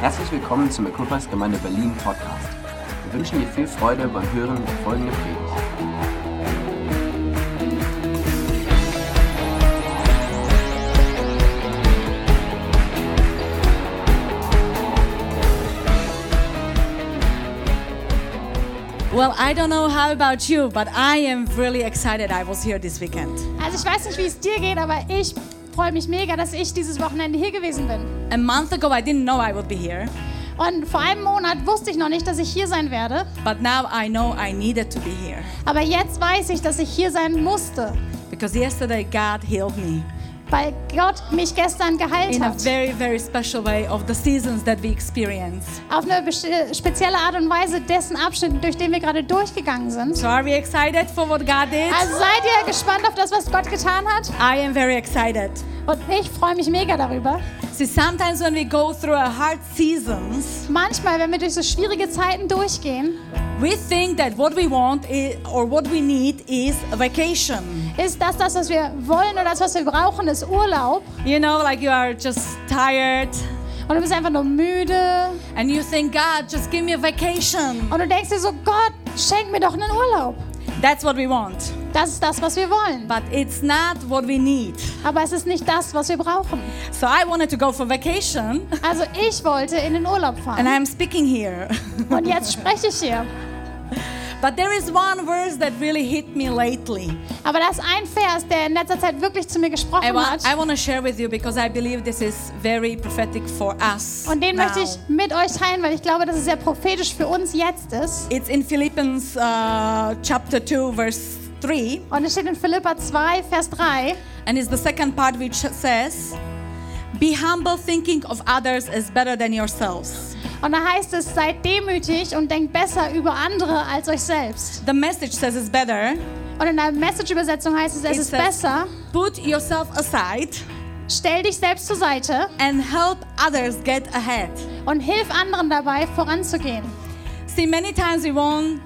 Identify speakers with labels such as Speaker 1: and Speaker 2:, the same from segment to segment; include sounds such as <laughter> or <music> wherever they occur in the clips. Speaker 1: Herzlich willkommen zum Equippers Gemeinde Berlin Podcast. Wir wünschen dir viel Freude beim Hören der folgenden Predigt.
Speaker 2: Well, I don't know how about you, but I am really excited I was here this weekend.
Speaker 3: Also ich weiß nicht, wie es dir geht, aber ich freue mich mega, dass ich dieses Wochenende hier gewesen bin.
Speaker 2: A month ago, I didn't know I would be here,
Speaker 3: Und vor einem Monat wusste ich noch nicht, dass ich hier sein werde,
Speaker 2: but now I know I needed to be here
Speaker 3: aber jetzt weiß ich, dass ich hier sein musste,
Speaker 2: because yesterday God healed me
Speaker 3: weil Gott mich gestern geheilt
Speaker 2: in a
Speaker 3: hat.
Speaker 2: very, very special way of the seasons that we experience.
Speaker 3: Auf eine besti- spezielle Art und Weise dessen Abschnitt, durch den wir gerade durchgegangen sind.
Speaker 2: So, are we excited for what God did?
Speaker 3: Also seid ihr gespannt auf das, was Gott getan hat?
Speaker 2: I am very excited.
Speaker 3: Und ich freue mich mega darüber.
Speaker 2: See, sometimes when we go through a hard seasons,
Speaker 3: Manchmal, wenn wir durch so schwierige Zeiten durchgehen,
Speaker 2: we think that what we want i or what we need is a vacation.
Speaker 3: ist das das, was wir wollen oder das, was wir brauchen, ist Urlaub.
Speaker 2: You know, like you are just tired.
Speaker 3: Und du bist einfach nur müde.
Speaker 2: And you think, God, just give me a vacation.
Speaker 3: Und du denkst dir so, Gott, schenk mir doch einen Urlaub.
Speaker 2: That's what we want.
Speaker 3: Das ist das, was wir wollen.
Speaker 2: But it's not what we need.
Speaker 3: Aber es ist nicht das, was wir brauchen.
Speaker 2: So I wanted to go for vacation,
Speaker 3: Also ich wollte in den Urlaub
Speaker 2: and
Speaker 3: fahren.
Speaker 2: I'm speaking here. <laughs>
Speaker 3: Und jetzt spreche ich hier.
Speaker 2: but there is one verse that really hit me lately.
Speaker 3: Aber da ist ein Vers, der in letzter Zeit wirklich zu mir
Speaker 2: I,
Speaker 3: gesprochen
Speaker 2: wa-
Speaker 3: hat.
Speaker 2: I want to share with you because I believe this is very prophetic for us.
Speaker 3: Und den
Speaker 2: now.
Speaker 3: möchte ich mit euch teilen, weil ich glaube, dass es sehr prophetisch für uns jetzt ist.
Speaker 2: It's in Philippians uh, chapter 2, verse 3.
Speaker 3: Und es steht in Philippa 2, Vers 3.
Speaker 2: And it's the second part which says, Be humble, thinking of others as better than yourselves.
Speaker 3: Und da heißt es, seid demütig und denkt besser über andere als euch selbst.
Speaker 2: The message says it's better.
Speaker 3: Und in der Message-Übersetzung heißt es, es
Speaker 2: It
Speaker 3: ist
Speaker 2: says-
Speaker 3: besser,
Speaker 2: Put yourself aside
Speaker 3: stell dich selbst zur Seite
Speaker 2: and help others get ahead.
Speaker 3: und hilf anderen dabei, voranzugehen.
Speaker 2: See, many times we want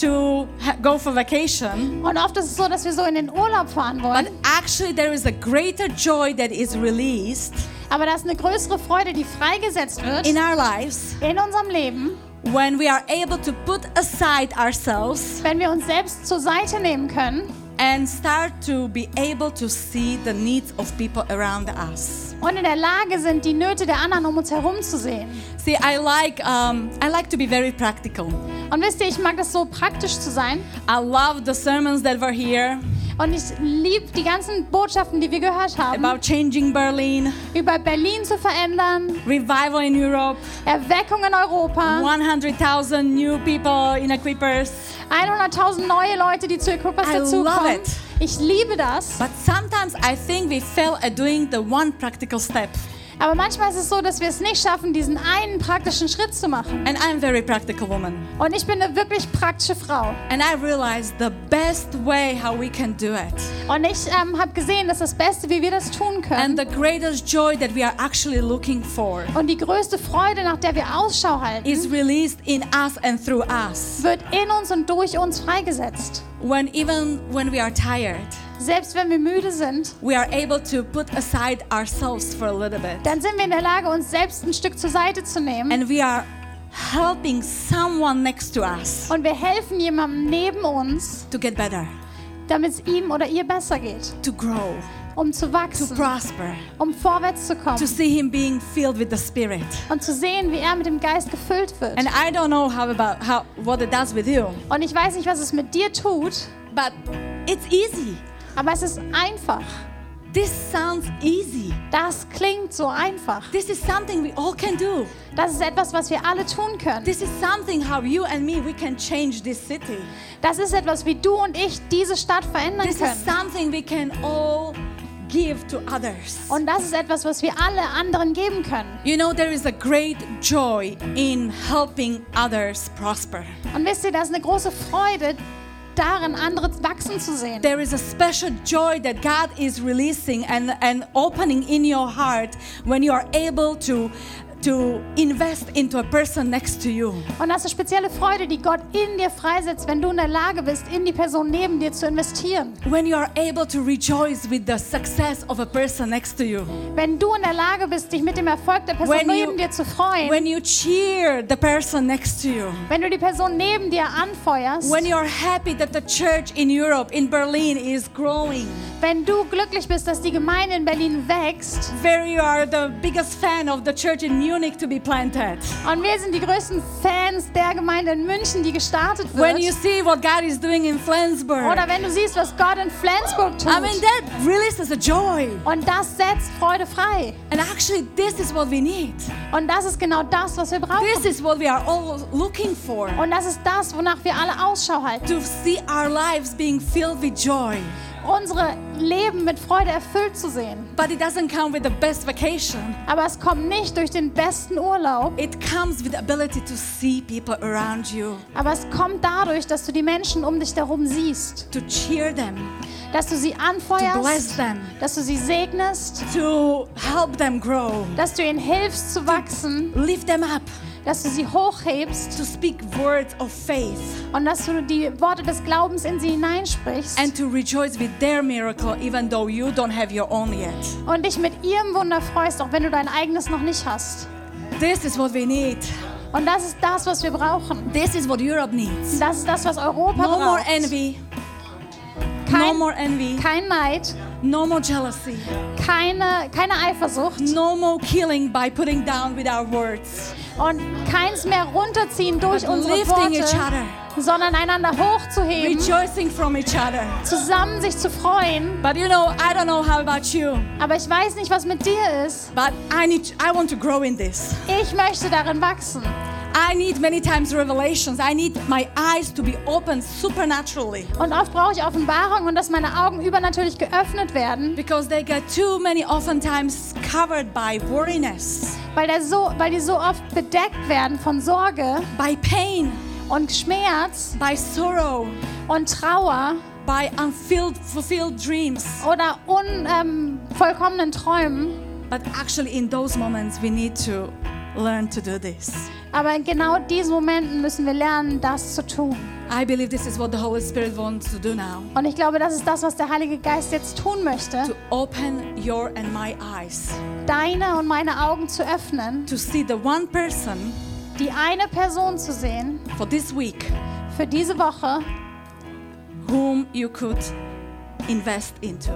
Speaker 2: to ha- go for vacation,
Speaker 3: Und oft ist es so, dass wir so in den Urlaub fahren
Speaker 2: but
Speaker 3: wollen,
Speaker 2: actually there is a greater joy that is released
Speaker 3: aber da ist eine größere Freude, die freigesetzt wird
Speaker 2: in
Speaker 3: in,
Speaker 2: our lives
Speaker 3: unserem Leben,
Speaker 2: when we are able to put aside ourselves
Speaker 3: wenn wir uns selbst zur Seite nehmen können
Speaker 2: and start to be able to see the needs of people around us.
Speaker 3: und in der Lage sind, die Nöte der anderen um uns herum zu sehen.
Speaker 2: See, I like um, I like to be very practical.
Speaker 3: Und wisst ihr, ich mag das so praktisch zu sein
Speaker 2: I love the sermons that were here
Speaker 3: und ich liebe die ganzen Botschaften, die wir gehört haben,
Speaker 2: about changing Berlin,
Speaker 3: über Berlin zu verändern,
Speaker 2: revival in Europe.
Speaker 3: Erweckung in Europa,
Speaker 2: 100,000 new people in Equippers.
Speaker 3: 100.000 neue Leute, die zu Equippers
Speaker 2: I love
Speaker 3: dazukommen.
Speaker 2: it.
Speaker 3: Ich liebe das,
Speaker 2: But sometimes I think we fail at doing the one practical step.
Speaker 3: aber manchmal ist es so, dass wir es nicht schaffen, diesen einen praktischen Schritt zu machen.
Speaker 2: And I'm a very practical woman.
Speaker 3: Und ich bin eine wirklich praktische Frau.
Speaker 2: And I realized the best way how we can do it
Speaker 3: Und ich ähm, habe gesehen, dass das Beste, wie wir das tun
Speaker 2: and
Speaker 3: können
Speaker 2: the greatest joy that we are actually looking for
Speaker 3: und die größte Freude, nach der wir Ausschau halten,
Speaker 2: is released in us and through us.
Speaker 3: wird in uns und durch uns freigesetzt.
Speaker 2: When even when we are tired,
Speaker 3: Selbst wenn wir müde sind,
Speaker 2: we are able to put aside ourselves for a little bit.
Speaker 3: dann sind wir in der Lage, uns selbst ein Stück zur Seite zu nehmen.
Speaker 2: And we are helping someone next to us
Speaker 3: Und wir helfen jemandem neben uns,
Speaker 2: to get better,
Speaker 3: damit es ihm oder ihr besser geht,
Speaker 2: to grow,
Speaker 3: um zu
Speaker 2: to
Speaker 3: wachsen,
Speaker 2: prosper.
Speaker 3: um vorwärts zu kommen
Speaker 2: to see him being filled with the spirit
Speaker 3: und zu sehen, wie er mit dem Geist gefüllt wird.
Speaker 2: and i don't know how about how what it does with you
Speaker 3: Und ich weiß nicht, was es mit dir tut,
Speaker 2: but it's easy
Speaker 3: aber es ist einfach.
Speaker 2: this sounds easy
Speaker 3: Das klingt so einfach.
Speaker 2: this is something we all can do
Speaker 3: Das ist etwas, was wir alle tun können.
Speaker 2: this is something how you and me we can change this city
Speaker 3: Das ist etwas, wie du und ich diese Stadt verändern
Speaker 2: this is
Speaker 3: können.
Speaker 2: something we can all give to others
Speaker 3: Und das ist etwas, was wir alle anderen geben können.
Speaker 2: you know there is a great joy in helping others prosper
Speaker 3: Und wisst ihr, da ist eine große Freude darin, andere wachsen zu sehen.
Speaker 2: there is a special joy that God is releasing and, and opening in your heart when you are able to to invest into a person next to you.
Speaker 3: Und das ist spezielle Freude, die Gott in dir freisetzt, wenn du in der Lage bist, in die Person neben dir zu investieren.
Speaker 2: When you are able to rejoice with the success of a person next to you.
Speaker 3: Wenn du in der Lage bist, dich mit dem Erfolg der Person
Speaker 2: When you-
Speaker 3: neben dir zu freuen,
Speaker 2: When you cheer the person next to you.
Speaker 3: wenn du die Person neben dir anfeuerst,
Speaker 2: When you are happy that the church in Europe, in Berlin, is growing.
Speaker 3: wenn du glücklich bist, dass die Gemeinde in Berlin wächst
Speaker 2: Where you are the biggest fan of the church in Munich to be planted.
Speaker 3: und wir sind die größten Fans der Gemeinde in München, die gestartet wird.
Speaker 2: When you see what God is doing in Flensburg.
Speaker 3: Oder wenn du siehst, was Gott in Flensburg tut.
Speaker 2: I mean, that releases a joy.
Speaker 3: und das setzt Freude frei.
Speaker 2: And actually, this is what we need.
Speaker 3: Und das ist genau das, was wir brauchen.
Speaker 2: This is what we are all looking for.
Speaker 3: Und das ist das, wonach wir alle Ausschau halten.
Speaker 2: To see our lives being filled with joy.
Speaker 3: Unsere Leben mit Freude erfüllt zu sehen.
Speaker 2: But it doesn't come with the best vacation.
Speaker 3: Aber es kommt nicht durch den besten Urlaub,
Speaker 2: It comes with the ability to see people around you,
Speaker 3: aber es kommt dadurch, dass du die Menschen um dich herum siehst,
Speaker 2: to cheer them,
Speaker 3: dass du sie
Speaker 2: to bless
Speaker 3: anfeuerst,
Speaker 2: them,
Speaker 3: dass du sie segnest,
Speaker 2: to help them grow,
Speaker 3: dass du ihnen hilfst zu wachsen,
Speaker 2: lift them up,
Speaker 3: dass du sie hochhebst
Speaker 2: to speak words of faith,
Speaker 3: und dass du die Worte des Glaubens in sie hineinsprichst
Speaker 2: and to rejoice with their miracle, even though you don't have your own yet.
Speaker 3: und dich mit ihrem Wunder freust, auch wenn du dein eigenes noch nicht hast.
Speaker 2: This is what we need.
Speaker 3: Und das ist das, was wir brauchen.
Speaker 2: This is what Europe needs.
Speaker 3: Das ist das, was Europa
Speaker 2: No more
Speaker 3: braucht.
Speaker 2: envy, no
Speaker 3: Kein,
Speaker 2: more envy,
Speaker 3: kein Neid,
Speaker 2: no more jealousy,
Speaker 3: keine, keine Eifersucht
Speaker 2: no more killing by putting down with our words,
Speaker 3: und keins mehr runterziehen durch
Speaker 2: Mm. but
Speaker 3: unsere
Speaker 2: lifting each
Speaker 3: Worte.
Speaker 2: other,
Speaker 3: sondern einander hochzuheben,
Speaker 2: rejoicing from each other.
Speaker 3: zusammen sich zu freuen.
Speaker 2: But you know, I don't know how about you,
Speaker 3: Aber ich weiß nicht, was mit dir ist.
Speaker 2: but I need I want to grow in this.
Speaker 3: Ich möchte darin wachsen.
Speaker 2: I need many times revelations. I need my eyes to be open supernaturally
Speaker 3: Und oft brauche ich Offenbarung und dass meine Augen übernatürlich geöffnet werden,
Speaker 2: because they get too many oftentimes covered by worriness,
Speaker 3: weil, der so, weil die so oft bedeckt werden von Sorge
Speaker 2: by pain,
Speaker 3: und Schmerz
Speaker 2: by sorrow,
Speaker 3: und Trauer
Speaker 2: by unfulfilled fulfilled dreams.
Speaker 3: oder unvollkommenen ähm, vollkommenen Träumen.
Speaker 2: But actually in those moments we need to learn to do this.
Speaker 3: Aber in genau diesen Momenten müssen wir lernen, das zu tun.
Speaker 2: I believe this is what the Holy Spirit wants to do now.
Speaker 3: Und ich glaube, das ist das, was der Heilige Geist jetzt tun
Speaker 2: To
Speaker 3: möchte,
Speaker 2: open your and my eyes
Speaker 3: deine und meine Augen zu öffnen
Speaker 2: to see the one person
Speaker 3: die eine Person zu sehen
Speaker 2: for this week
Speaker 3: für diese Woche,
Speaker 2: whom you could invest into.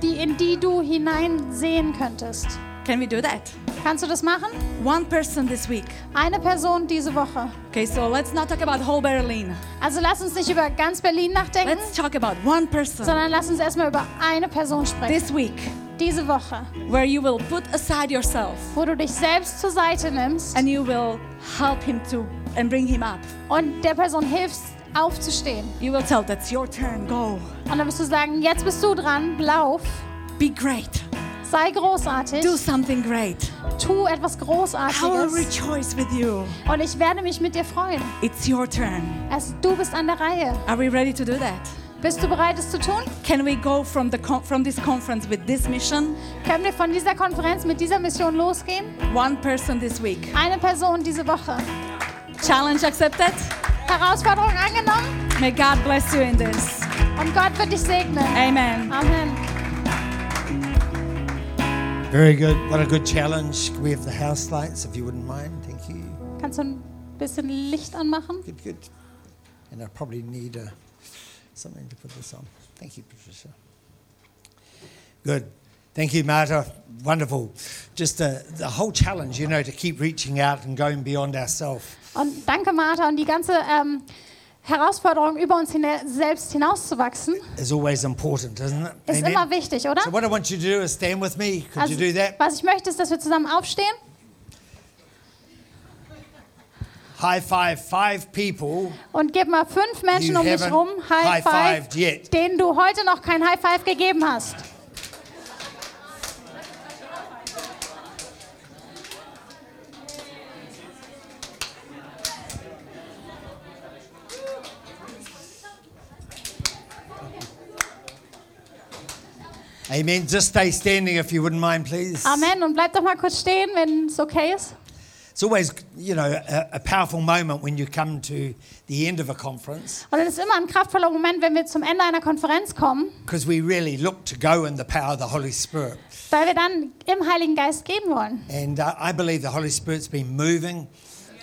Speaker 3: die in die du hineinsehen könntest.
Speaker 2: Can we do that?
Speaker 3: Kannst du das machen?
Speaker 2: One person this week.
Speaker 3: Eine Person diese Woche.
Speaker 2: Okay, so let's not talk about whole Berlin.
Speaker 3: Also lass uns nicht über ganz Berlin nachdenken,
Speaker 2: Let's talk about one person
Speaker 3: sondern lass uns erstmal über eine Person sprechen.
Speaker 2: this week
Speaker 3: Diese Woche,
Speaker 2: where you will put aside yourself
Speaker 3: wo du dich selbst zur Seite nimmst
Speaker 2: and you will help him to and bring him up.
Speaker 3: und der Person hilfst, aufzustehen.
Speaker 2: You will tell that's your turn. Go.
Speaker 3: Und dann wirst du sagen, jetzt bist du dran, lauf,
Speaker 2: Be great.
Speaker 3: sei großartig,
Speaker 2: Do something great.
Speaker 3: tu etwas
Speaker 2: I will
Speaker 3: Großartiges
Speaker 2: rejoice with you.
Speaker 3: und ich werde mich mit dir freuen.
Speaker 2: It's your turn.
Speaker 3: Also, du bist an der Reihe.
Speaker 2: Are we ready to do that?
Speaker 3: Bist du bereit, es zu tun?
Speaker 2: Can we go from the con- from this conference with this mission?
Speaker 3: Können wir von dieser Konferenz mit dieser Mission losgehen?
Speaker 2: One person this week.
Speaker 3: Eine Person diese Woche.
Speaker 2: Challenge accepted.
Speaker 3: Herausforderung angenommen
Speaker 2: May God bless you in this.
Speaker 3: und Gott wird dich segnen.
Speaker 2: Amen.
Speaker 3: Amen.
Speaker 4: Very good. What a good challenge. Can we have the house lights, if you wouldn't mind? Thank you.
Speaker 3: Kannst du ein bisschen Licht anmachen?
Speaker 4: Good, good. And I probably need uh, something to put this on. Thank you, Patricia. Good. Thank you, Marta. Wonderful. Just uh, the whole challenge, you know, to keep reaching out and going beyond ourselves.
Speaker 3: Und danke, Martha. Und die ganze ähm, Herausforderung, über uns hina selbst hinauszuwachsen,
Speaker 4: is always important, isn't it?
Speaker 3: ist immer wichtig, oder?
Speaker 4: So what I want you to do is stand with me. Could
Speaker 3: Also,
Speaker 4: you do that?
Speaker 3: was ich möchte, ist, dass wir zusammen aufstehen.
Speaker 4: High five five people.
Speaker 3: Und gib mal fünf Menschen
Speaker 4: You
Speaker 3: um dich
Speaker 4: haven't
Speaker 3: rum, High Five,
Speaker 4: high-fived yet.
Speaker 3: denen du heute noch kein High Five gegeben hast.
Speaker 4: Amen. Just stay standing if you wouldn't mind, please.
Speaker 3: Amen. Und bleib doch mal kurz stehen, wenn es okay ist.
Speaker 4: always, you know, a, a powerful moment when you come to the end of a conference
Speaker 3: Und es ist immer ein kraftvoller Moment, wenn wir zum Ende einer Konferenz kommen,
Speaker 4: because we really look to go in the power of the Holy Spirit.
Speaker 3: weil wir dann im Heiligen Geist gehen wollen.
Speaker 4: And uh, I believe the Holy Spirit's been moving,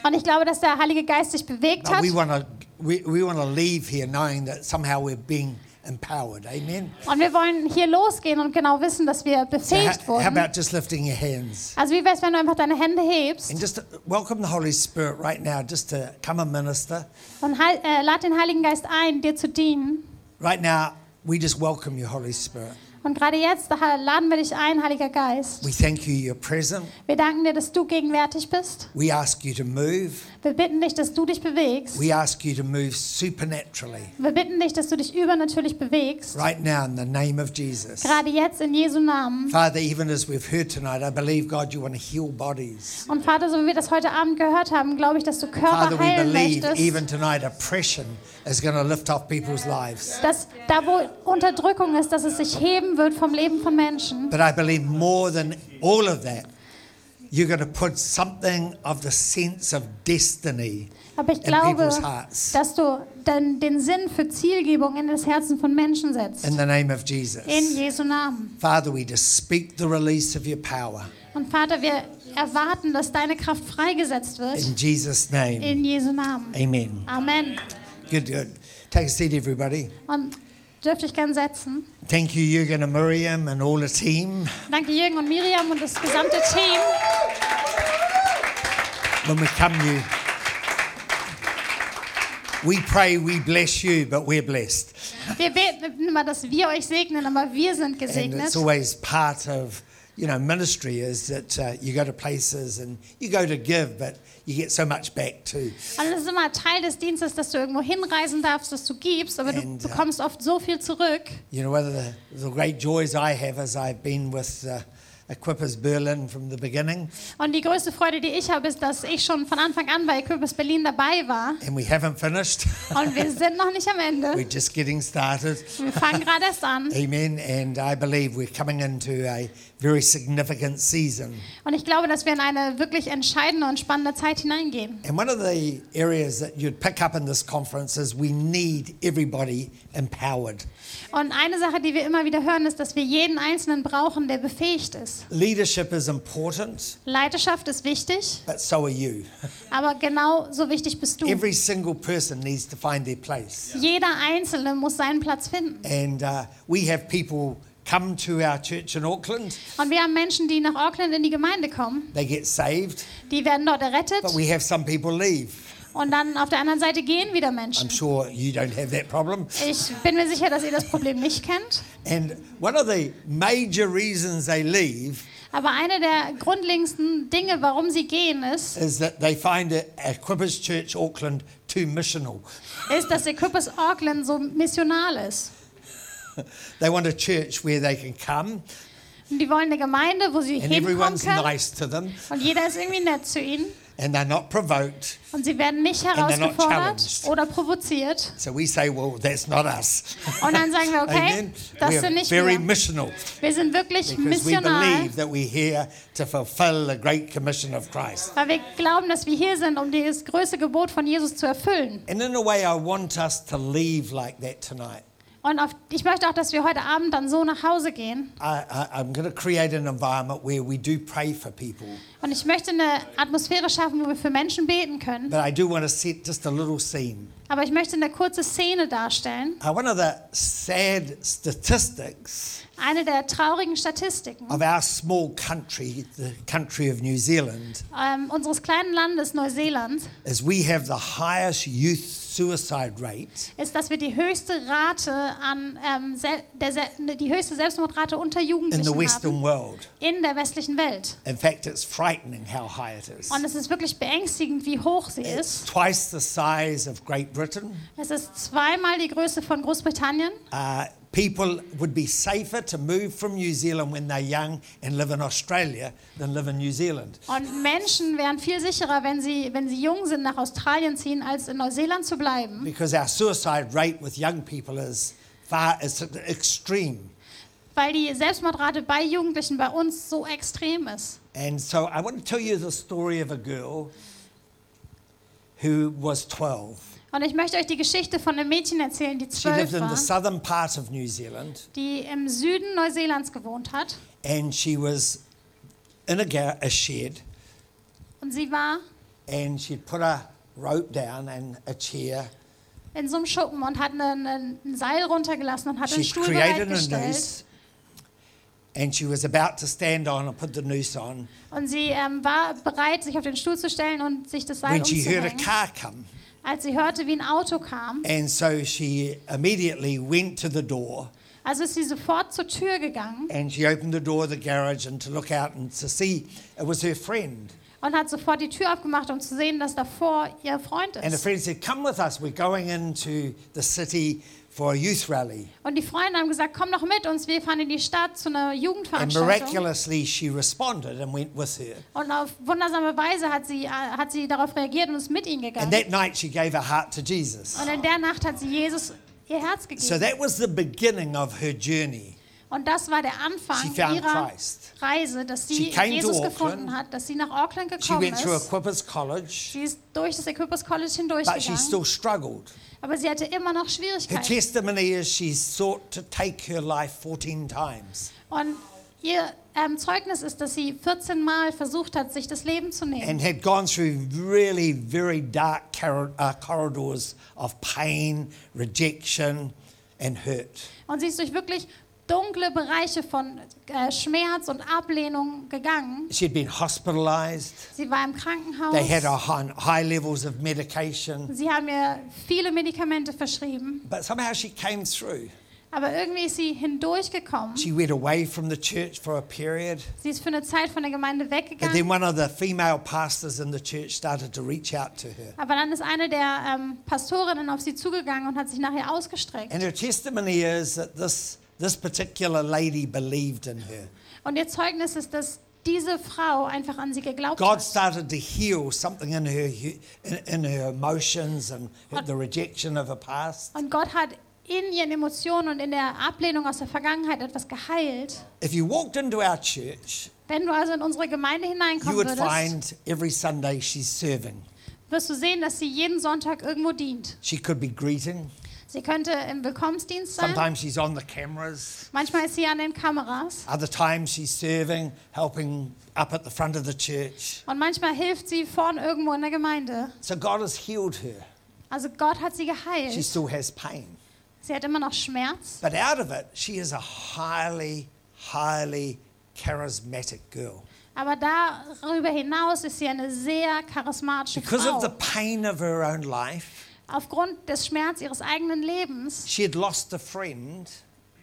Speaker 3: Und ich glaube, dass der Heilige Geist sich bewegt
Speaker 4: but
Speaker 3: hat.
Speaker 4: we want to we, we want to leave here knowing that somehow we're being empowered. Amen.
Speaker 3: Und wir wollen hier losgehen und genau wissen, dass wir
Speaker 4: So ho-
Speaker 3: befähigt
Speaker 4: how
Speaker 3: wurden.
Speaker 4: about just lifting your hands
Speaker 3: Also wie wäre es, wenn du einfach deine Hände hebst
Speaker 4: and just uh, welcome the Holy Spirit right now, just to come and minister.
Speaker 3: und heil, äh, lad den Heiligen Geist ein, dir zu dienen.
Speaker 4: Right now, we just welcome you, Holy Spirit.
Speaker 3: Und gerade jetzt da laden wir dich ein, Heiliger Geist.
Speaker 4: We thank you, you're present.
Speaker 3: Wir danken dir, dass du gegenwärtig bist.
Speaker 4: We ask you to move.
Speaker 3: Wir bitten dich, dass du dich bewegst.
Speaker 4: We ask you to move supernaturally
Speaker 3: Wir bitten dich, dass du dich übernatürlich bewegst.
Speaker 4: right now in the name of Jesus.
Speaker 3: Gerade jetzt in Jesu Namen.
Speaker 4: Father, even as we've heard tonight, I believe, God, you want to heal bodies.
Speaker 3: Und Vater, so wie wir das heute Abend gehört haben, glaube ich, dass du Körper
Speaker 4: Father, we
Speaker 3: heilen
Speaker 4: believe even
Speaker 3: möchtest.
Speaker 4: tonight oppression is going to lift off people's lives.
Speaker 3: Dass da, wo Unterdrückung ist, dass es sich heben wird vom Leben von Menschen.
Speaker 4: But I believe more than all of that, you're going to put something of the sense of destiny
Speaker 3: Aber ich
Speaker 4: in
Speaker 3: glaube,
Speaker 4: people's hearts.
Speaker 3: dass du den, den Sinn für Zielgebung in das Herzen von Menschen setzt.
Speaker 4: in the name of Jesus.
Speaker 3: In Jesu Namen.
Speaker 4: Father, we just speak the release of your power
Speaker 3: Und Vater, wir erwarten, dass deine Kraft freigesetzt wird.
Speaker 4: in Jesus' name.
Speaker 3: In Jesu Namen.
Speaker 4: Amen.
Speaker 3: Amen.
Speaker 4: Good, good. Take a seat, everybody.
Speaker 3: Und dürfte ich gern setzen.
Speaker 4: Thank you, Jürgen and Miriam and all the team.
Speaker 3: Danke Jürgen und Miriam und das gesamte Team.
Speaker 4: When we come, you. We pray we bless you, but we're blessed.
Speaker 3: Wir beten immer, dass wir euch segnen, aber wir sind
Speaker 4: And
Speaker 3: gesegnet.
Speaker 4: it's always part of, you know, ministry is that uh, you go to places and you go to give, but you get so much back too.
Speaker 3: Und es ist immer Teil des Dienstes, dass du irgendwo hinreisen darfst, dass du gibst, aber du
Speaker 4: And, uh,
Speaker 3: bekommst oft so viel zurück.
Speaker 4: You know, one of the, the great joys I have is I've been with uh, Equippers Berlin from the beginning,
Speaker 3: Und die größte Freude, die ich habe, ist, dass ich schon von Anfang an bei Equipus Berlin dabei war.
Speaker 4: and we haven't finished. <laughs>
Speaker 3: Und wir sind noch nicht am
Speaker 4: We're
Speaker 3: Ende.
Speaker 4: just getting started.
Speaker 3: Wir fangen gerade erst an.
Speaker 4: Amen. And I believe we're coming into a very significant season.
Speaker 3: Und ich glaube, dass wir in eine wirklich entscheidende und spannende Zeit hineingehen.
Speaker 4: And one of the areas that you'd pick up in this conference is we need everybody empowered.
Speaker 3: Und eine Sache, die wir immer wieder hören, ist, dass wir jeden Einzelnen brauchen, der befähigt ist.
Speaker 4: Leadership is important,
Speaker 3: Leidenschaft ist wichtig,
Speaker 4: but so are you.
Speaker 3: aber genau so wichtig bist du.
Speaker 4: Every single person needs to find their place.
Speaker 3: Jeder Einzelne muss seinen Platz finden.
Speaker 4: And uh, we have people come to our church in Auckland,
Speaker 3: Und wir haben Menschen, die nach Auckland in die Gemeinde kommen,
Speaker 4: they get saved,
Speaker 3: die werden dort errettet
Speaker 4: but we have some people leave.
Speaker 3: und dann auf der anderen Seite gehen wieder
Speaker 4: I'm
Speaker 3: Menschen.
Speaker 4: sure you don't have that problem.
Speaker 3: Ich bin mir sicher, dass ihr das Problem nicht kennt.
Speaker 4: And one of the major reasons they leave
Speaker 3: Aber eine der grundlegendsten Dinge, warum sie gehen, ist,
Speaker 4: is that they find it at Quibbers Church Auckland too missional.
Speaker 3: ist, dass Equipus Auckland so missional ist.
Speaker 4: They want a church where they can come
Speaker 3: Und die wollen eine Gemeinde, wo sie
Speaker 4: and
Speaker 3: hinkommen
Speaker 4: everyone's
Speaker 3: können.
Speaker 4: nice to them
Speaker 3: Und jeder ist irgendwie nett zu ihnen.
Speaker 4: and they're not provoked.
Speaker 3: Und sie werden nicht
Speaker 4: they're not
Speaker 3: herausgefordert
Speaker 4: challenged.
Speaker 3: oder provoziert.
Speaker 4: So we say, well, that's not us.
Speaker 3: Und dann sagen wir, okay,
Speaker 4: Amen.
Speaker 3: das
Speaker 4: We're
Speaker 3: sind nicht
Speaker 4: very
Speaker 3: wir.
Speaker 4: missional
Speaker 3: Wir sind wirklich
Speaker 4: because we
Speaker 3: missional,
Speaker 4: believe that we're here to fulfill the great commission of Christ.
Speaker 3: weil wir glauben, dass wir hier sind, um das größte Gebot von Jesus zu erfüllen.
Speaker 4: And in a way, I want us to leave like that tonight.
Speaker 3: Und auf, ich möchte auch, dass wir heute Abend dann so nach Hause gehen.
Speaker 4: I, I, I'm going to create an environment where we do pray for people,
Speaker 3: Und ich möchte eine Atmosphäre schaffen, wo wir für Menschen beten können.
Speaker 4: but I do want to set just a little scene.
Speaker 3: Aber ich möchte eine kurze Szene darstellen.
Speaker 4: Uh, one of the sad statistics
Speaker 3: Eine der traurigen Statistiken
Speaker 4: of our small country, the country of New Zealand,
Speaker 3: ähm, unseres kleinen Landes Neuseeland
Speaker 4: is we have the highest youth suicide rate
Speaker 3: ist, dass wir die höchste Rate an ähm, sel- der Se die höchste Selbstmordrate unter
Speaker 4: in the
Speaker 3: Jugendlichen
Speaker 4: Western
Speaker 3: haben
Speaker 4: world.
Speaker 3: in der westlichen Welt.
Speaker 4: In fact, it's frightening how high it is.
Speaker 3: Und es ist wirklich beängstigend, wie hoch sie
Speaker 4: It's
Speaker 3: ist.
Speaker 4: twice the size of Great Britain.
Speaker 3: Es ist zweimal die Größe von Großbritannien.
Speaker 4: Uh, people would be safer to move from New Zealand when they're young and live in Australia than live in New Zealand.
Speaker 3: Und Menschen wären viel sicherer, wenn sie, wenn sie jung sind, nach Australien ziehen, als in Neuseeland zu bleiben.
Speaker 4: because our suicide rate with young people is far is extreme.
Speaker 3: weil die Selbstmordrate bei Jugendlichen bei uns so extrem ist.
Speaker 4: And so I want to tell you the story of a girl who was 12.
Speaker 3: Und ich möchte euch die Geschichte von einem Mädchen erzählen, die
Speaker 4: She lived
Speaker 3: zwölf
Speaker 4: in the
Speaker 3: war,
Speaker 4: southern part of New Zealand
Speaker 3: die im Süden Neuseelands gewohnt hat.
Speaker 4: and she was in a, ga- a shed
Speaker 3: Und sie war
Speaker 4: and she'd put a rope down and a chair.
Speaker 3: in so einem Schuppen und hat einen, einen Seil runtergelassen und hat einen
Speaker 4: She
Speaker 3: Stuhl
Speaker 4: created a
Speaker 3: bereitgestellt.
Speaker 4: noose and she was about to stand on and put the noose on
Speaker 3: Und sie ähm, war bereit, sich auf den Stuhl zu stellen und sich das Seil
Speaker 4: when she heard a
Speaker 3: umzuhängen,
Speaker 4: car come.
Speaker 3: als sie hörte, wie ein Auto kam.
Speaker 4: And so she immediately went to the door
Speaker 3: Also ist sie sofort zur Tür gegangen
Speaker 4: and she opened the door of the garage and to look out and to see it was her friend.
Speaker 3: und hat sofort die Tür aufgemacht, um zu sehen, dass davor ihr Freund
Speaker 4: And the
Speaker 3: ist.
Speaker 4: friend said, Come with us, we're going into the city for a youth rally.
Speaker 3: Und die Freunde haben gesagt, komm doch mit uns, wir fahren in die Stadt zu einer
Speaker 4: And
Speaker 3: Jugendveranstaltung.
Speaker 4: miraculously, she responded and went with her.
Speaker 3: Und auf wundersame Weise hat sie, äh, hat sie darauf reagiert und ist mit ihnen
Speaker 4: And
Speaker 3: gegangen.
Speaker 4: that night, she gave her heart to Jesus.
Speaker 3: Und in der Nacht hat sie Jesus ihr Herz
Speaker 4: So
Speaker 3: gegeben.
Speaker 4: that was the beginning of her journey.
Speaker 3: Und das war der Anfang
Speaker 4: She found
Speaker 3: ihrer
Speaker 4: Christ.
Speaker 3: Reise, dass
Speaker 4: She
Speaker 3: sie
Speaker 4: came to
Speaker 3: Jesus gefunden
Speaker 4: Auckland.
Speaker 3: hat, dass sie nach Auckland
Speaker 4: She
Speaker 3: gekommen
Speaker 4: went through
Speaker 3: ist.
Speaker 4: Equippers College,
Speaker 3: Sie ist durch das Equipus College
Speaker 4: but she
Speaker 3: hindurchgegangen,
Speaker 4: still struggled.
Speaker 3: aber sie hatte immer noch
Speaker 4: Her
Speaker 3: Schwierigkeiten.
Speaker 4: testimony is she sought to take her life 14 times.
Speaker 3: Und ihr ähm, Zeugnis ist, dass sie 14 Mal versucht hat, sich das Leben zu nehmen.
Speaker 4: and had gone through really very dark cor- uh, corridors of pain, rejection, and hurt.
Speaker 3: Und sie ist durch wirklich dunkle Bereiche von äh, Schmerz und Ablehnung gegangen.
Speaker 4: She'd been hospitalized.
Speaker 3: Sie war im
Speaker 4: They had a
Speaker 3: Krankenhaus.
Speaker 4: high, high levels of medication,
Speaker 3: Sie haben ihr viele Medikamente verschrieben,
Speaker 4: but somehow she came through.
Speaker 3: aber irgendwie ist sie hindurchgekommen.
Speaker 4: She went away from the church for a period,
Speaker 3: Sie ist für eine Zeit von der Gemeinde
Speaker 4: but then
Speaker 3: weggegangen.
Speaker 4: one of the female pastors in the church started to reach out to her.
Speaker 3: Aber dann ist eine der ähm, Pastorinnen auf sie zugegangen und hat sich nachher ausgestreckt.
Speaker 4: And her testimony is that this, this particular lady believed in her.
Speaker 3: Und ihr Zeugnis ist, dass diese Frau einfach an sie geglaubt
Speaker 4: God
Speaker 3: hat.
Speaker 4: started to heal something in her hu- in, in her emotions and her- the rejection of her past.
Speaker 3: Und Gott hat in ihren Emotionen und in der Ablehnung aus der Vergangenheit etwas geheilt.
Speaker 4: If you walked into our church,
Speaker 3: Wenn du also in unsere Gemeinde
Speaker 4: you
Speaker 3: hineinkommen
Speaker 4: would
Speaker 3: würdest,
Speaker 4: find every Sunday she's serving.
Speaker 3: wirst du sehen, dass sie jeden Sonntag irgendwo dient.
Speaker 4: She could be greeting.
Speaker 3: Sie könnte im Willkommensdienst sein,
Speaker 4: Sometimes she's on the cameras.
Speaker 3: manchmal ist sie an den Kameras
Speaker 4: Other times she's serving, helping up at the front of the church.
Speaker 3: und manchmal hilft sie vorn irgendwo in der Gemeinde.
Speaker 4: So God has healed her.
Speaker 3: Also Gott hat sie
Speaker 4: She
Speaker 3: geheilt.
Speaker 4: still has pain.
Speaker 3: Sie hat immer noch Schmerz,
Speaker 4: But out of it, she is a highly, highly charismatic girl.
Speaker 3: aber darüber hinaus ist sie eine sehr charismatische
Speaker 4: Because of the
Speaker 3: Frau.
Speaker 4: pain of her own life,
Speaker 3: Aufgrund des Schmerz ihres eigenen Lebens,
Speaker 4: She had lost a friend,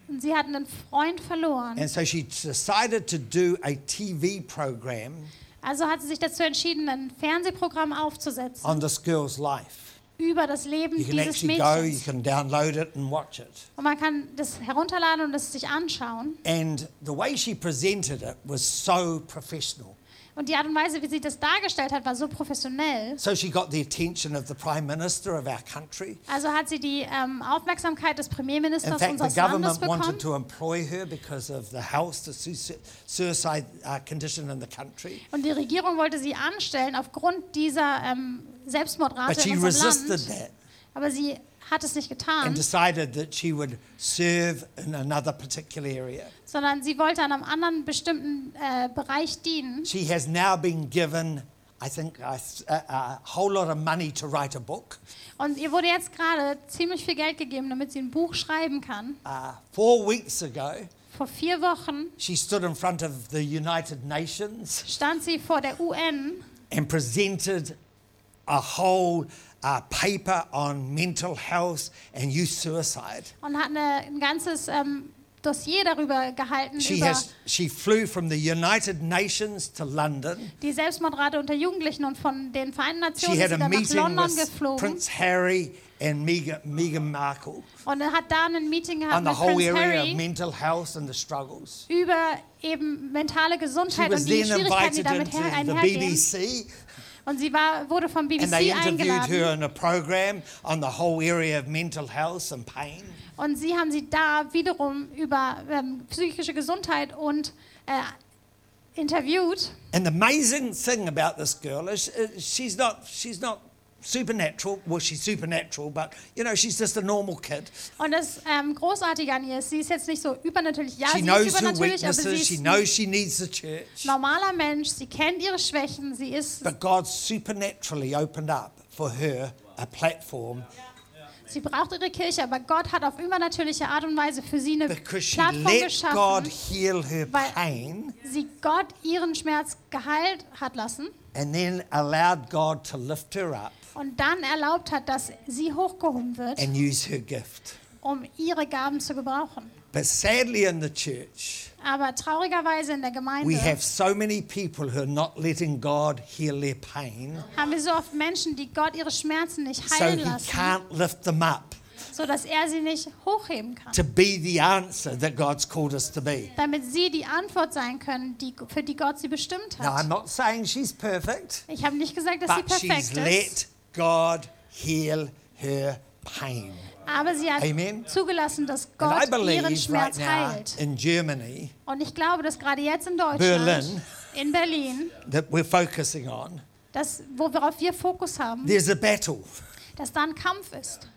Speaker 3: und sie hat einen Freund verloren.
Speaker 4: and so she decided to do a TV program
Speaker 3: Also hat sie sich dazu entschieden, ein Fernsehprogramm aufzusetzen
Speaker 4: on this girl's life.
Speaker 3: über das Leben
Speaker 4: Oh. You can
Speaker 3: dieses
Speaker 4: actually go, you
Speaker 3: Mädchens.
Speaker 4: can download it and watch it.
Speaker 3: Und man kann das herunterladen und es sich anschauen.
Speaker 4: And the way she presented it was so professional.
Speaker 3: Und die Art und Weise, wie sie das dargestellt hat, war so professionell.
Speaker 4: So she got the attention of the Prime Minister of our country.
Speaker 3: Also hat sie die ähm, Aufmerksamkeit des
Speaker 4: In
Speaker 3: Premierministers
Speaker 4: fact, the
Speaker 3: unseres Landes
Speaker 4: government
Speaker 3: bekommen.
Speaker 4: wanted to employ her because of the health, the su- suicide uh, condition in the country.
Speaker 3: Und die Regierung wollte sie anstellen aufgrund dieser ähm,
Speaker 4: But
Speaker 3: Selbstmordrate
Speaker 4: she
Speaker 3: in unserem
Speaker 4: resisted
Speaker 3: Land.
Speaker 4: that
Speaker 3: Aber sie hat es nicht
Speaker 4: and
Speaker 3: getan,
Speaker 4: decided that she would serve in another particular area.
Speaker 3: sondern sie wollte an einem anderen bestimmten äh, Bereich dienen.
Speaker 4: She has now been given, I think, a, a, a whole lot of money to write a book,
Speaker 3: Und ihr wurde jetzt gerade ziemlich viel Geld gegeben, damit sie ein Buch schreiben kann.
Speaker 4: Uh, four weeks ago,
Speaker 3: Vor vier Wochen
Speaker 4: she stood in front of the United Nations
Speaker 3: stand sie vor der UN
Speaker 4: and presented a whole uh, paper on mental health and youth suicide.
Speaker 3: und hat eine, ein ganzes ähm, Dossier darüber gehalten,
Speaker 4: She,
Speaker 3: über
Speaker 4: has, she flew from the United Nations to London.
Speaker 3: die Selbstmordrate unter Jugendlichen und von den Vereinten Nationen ist
Speaker 4: She had
Speaker 3: sie
Speaker 4: a
Speaker 3: dann nach
Speaker 4: meeting
Speaker 3: London
Speaker 4: with
Speaker 3: geflogen
Speaker 4: Prince Harry and Meghan, Meghan Markle
Speaker 3: und hat da ein Meeting gehabt
Speaker 4: on the
Speaker 3: mit
Speaker 4: whole
Speaker 3: Prince
Speaker 4: area of
Speaker 3: Harry
Speaker 4: mental health and the struggles.
Speaker 3: über eben mentale
Speaker 4: She
Speaker 3: Gesundheit
Speaker 4: was
Speaker 3: und die
Speaker 4: then
Speaker 3: Schwierigkeiten, die
Speaker 4: invited
Speaker 3: damit
Speaker 4: into
Speaker 3: her-
Speaker 4: the
Speaker 3: einhergehen.
Speaker 4: BBC
Speaker 3: Und sie war, wurde vom
Speaker 4: And they
Speaker 3: BBC
Speaker 4: interviewed her
Speaker 3: eingeladen.
Speaker 4: in a program on the whole area of mental health and pain.
Speaker 3: Und sie haben sie da wiederum über ähm, psychische Gesundheit und äh, interviewt.
Speaker 4: And the amazing thing about this girl is uh, she's not she's not supernatural. Well, she's supernatural, but you know she's just a normal kid.
Speaker 3: Und das ähm, Großartige an ihr ist, sie ist jetzt nicht so übernatürlich. Ja,
Speaker 4: she
Speaker 3: sie ist
Speaker 4: knows her
Speaker 3: übernatürlich, aber sie
Speaker 4: weaknesses. She
Speaker 3: ist
Speaker 4: knows she needs the church.
Speaker 3: ein normaler Mensch. Sie kennt ihre Schwächen. Sie ist,
Speaker 4: But God supernaturally opened up for her a platform
Speaker 3: sie braucht ihre Kirche, aber Gott hat auf übernatürliche Art und Weise für sie eine
Speaker 4: because she
Speaker 3: Plattform
Speaker 4: let God
Speaker 3: geschaffen.
Speaker 4: heal her
Speaker 3: weil-
Speaker 4: pain
Speaker 3: Sie Gott ihren Schmerz geheilt hat lassen
Speaker 4: and then allowed God to lift her up
Speaker 3: und dann erlaubt hat, dass sie hochgehoben wird,
Speaker 4: and use her gift.
Speaker 3: um ihre Gaben zu gebrauchen.
Speaker 4: But sadly, in the church,
Speaker 3: Aber traurigerweise in der Gemeinde
Speaker 4: we have so many people who are not letting God heal their pain,
Speaker 3: haben wir so oft Menschen, die Gott ihre Schmerzen nicht
Speaker 4: so
Speaker 3: heilen
Speaker 4: He
Speaker 3: lassen,
Speaker 4: can't lift them up
Speaker 3: so dass er sie nicht hochheben kann,
Speaker 4: to be the answer that God's called us to be.
Speaker 3: damit sie die Antwort sein können, die, für die Gott sie bestimmt
Speaker 4: Now, I'm
Speaker 3: hat.
Speaker 4: not saying she's perfect,
Speaker 3: Ich habe nicht gesagt, dass sie
Speaker 4: but she's
Speaker 3: perfekt ist,
Speaker 4: let God heal her pain.
Speaker 3: aber sie hat
Speaker 4: Amen.
Speaker 3: zugelassen, dass
Speaker 4: And I
Speaker 3: Gott ihren
Speaker 4: believe right
Speaker 3: Schmerz
Speaker 4: now
Speaker 3: heilt.
Speaker 4: in Germany
Speaker 3: Und ich glaube, dass gerade jetzt in Deutschland,
Speaker 4: Berlin.
Speaker 3: in Berlin,
Speaker 4: that we're focusing on,
Speaker 3: das, worauf wir Fokus haben,
Speaker 4: there's a battle.
Speaker 3: dass da ein Kampf ist.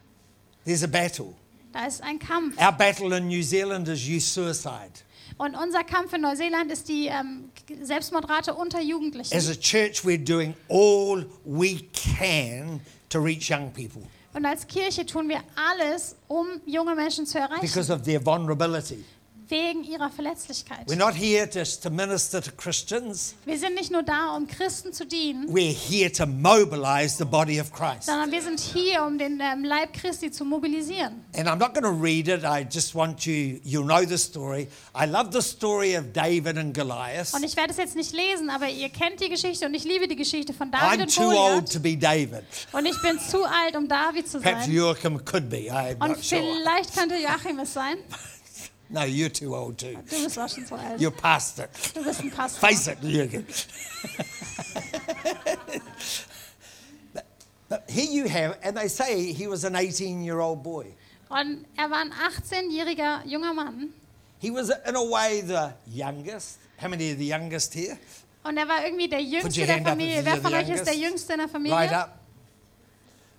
Speaker 4: There's a battle.
Speaker 3: Da ist ein Kampf.
Speaker 4: Our battle in New Zealand is youth suicide.
Speaker 3: Und unser Kampf in Neuseeland ist die ähm, Selbstmordrate unter
Speaker 4: As
Speaker 3: Jugendlichen.
Speaker 4: a church, we're doing all we can to reach young people
Speaker 3: Und als Kirche tun wir alles, um junge Menschen zu erreichen,
Speaker 4: because of their vulnerability.
Speaker 3: wegen ihrer Verletzlichkeit.
Speaker 4: We're not here just to minister to Christians,
Speaker 3: Wir sind nicht nur da, um Christen zu dienen,
Speaker 4: we're here to mobilize the body of Christ.
Speaker 3: sondern wir sind hier, um den ähm, Leib Christi zu mobilisieren.
Speaker 4: And I'm not going to read it, I just want you, you'll know the story. I love the story of David and Goliath.
Speaker 3: Und ich werde es jetzt nicht lesen, aber ihr kennt die Geschichte und ich liebe die Geschichte von David
Speaker 4: I'm
Speaker 3: und
Speaker 4: too old
Speaker 3: Goliath.
Speaker 4: to be David.
Speaker 3: Und ich bin zu alt, um David zu
Speaker 4: Perhaps
Speaker 3: sein.
Speaker 4: Joachim could be, I'm
Speaker 3: Und
Speaker 4: not sure.
Speaker 3: vielleicht könnte Joachim es sein.
Speaker 4: No, you're too old too.
Speaker 3: Du bist auch schon zu alt.
Speaker 4: You're past it.
Speaker 3: Du bist ein Pastor.
Speaker 4: Face it, Jürgen. <laughs> But- but here you have, and they say he was an 18 year old boy.
Speaker 3: Und er war ein 18-jähriger junger Mann.
Speaker 4: He was, in a way, the youngest. How many are the youngest here?
Speaker 3: Und er war irgendwie der
Speaker 4: Put
Speaker 3: Jüngste
Speaker 4: your
Speaker 3: der
Speaker 4: hand up
Speaker 3: Familie.
Speaker 4: if
Speaker 3: Wer
Speaker 4: you're the
Speaker 3: von euch ist der
Speaker 4: youngest.
Speaker 3: Jüngste in der
Speaker 4: Right
Speaker 3: Familie?
Speaker 4: up.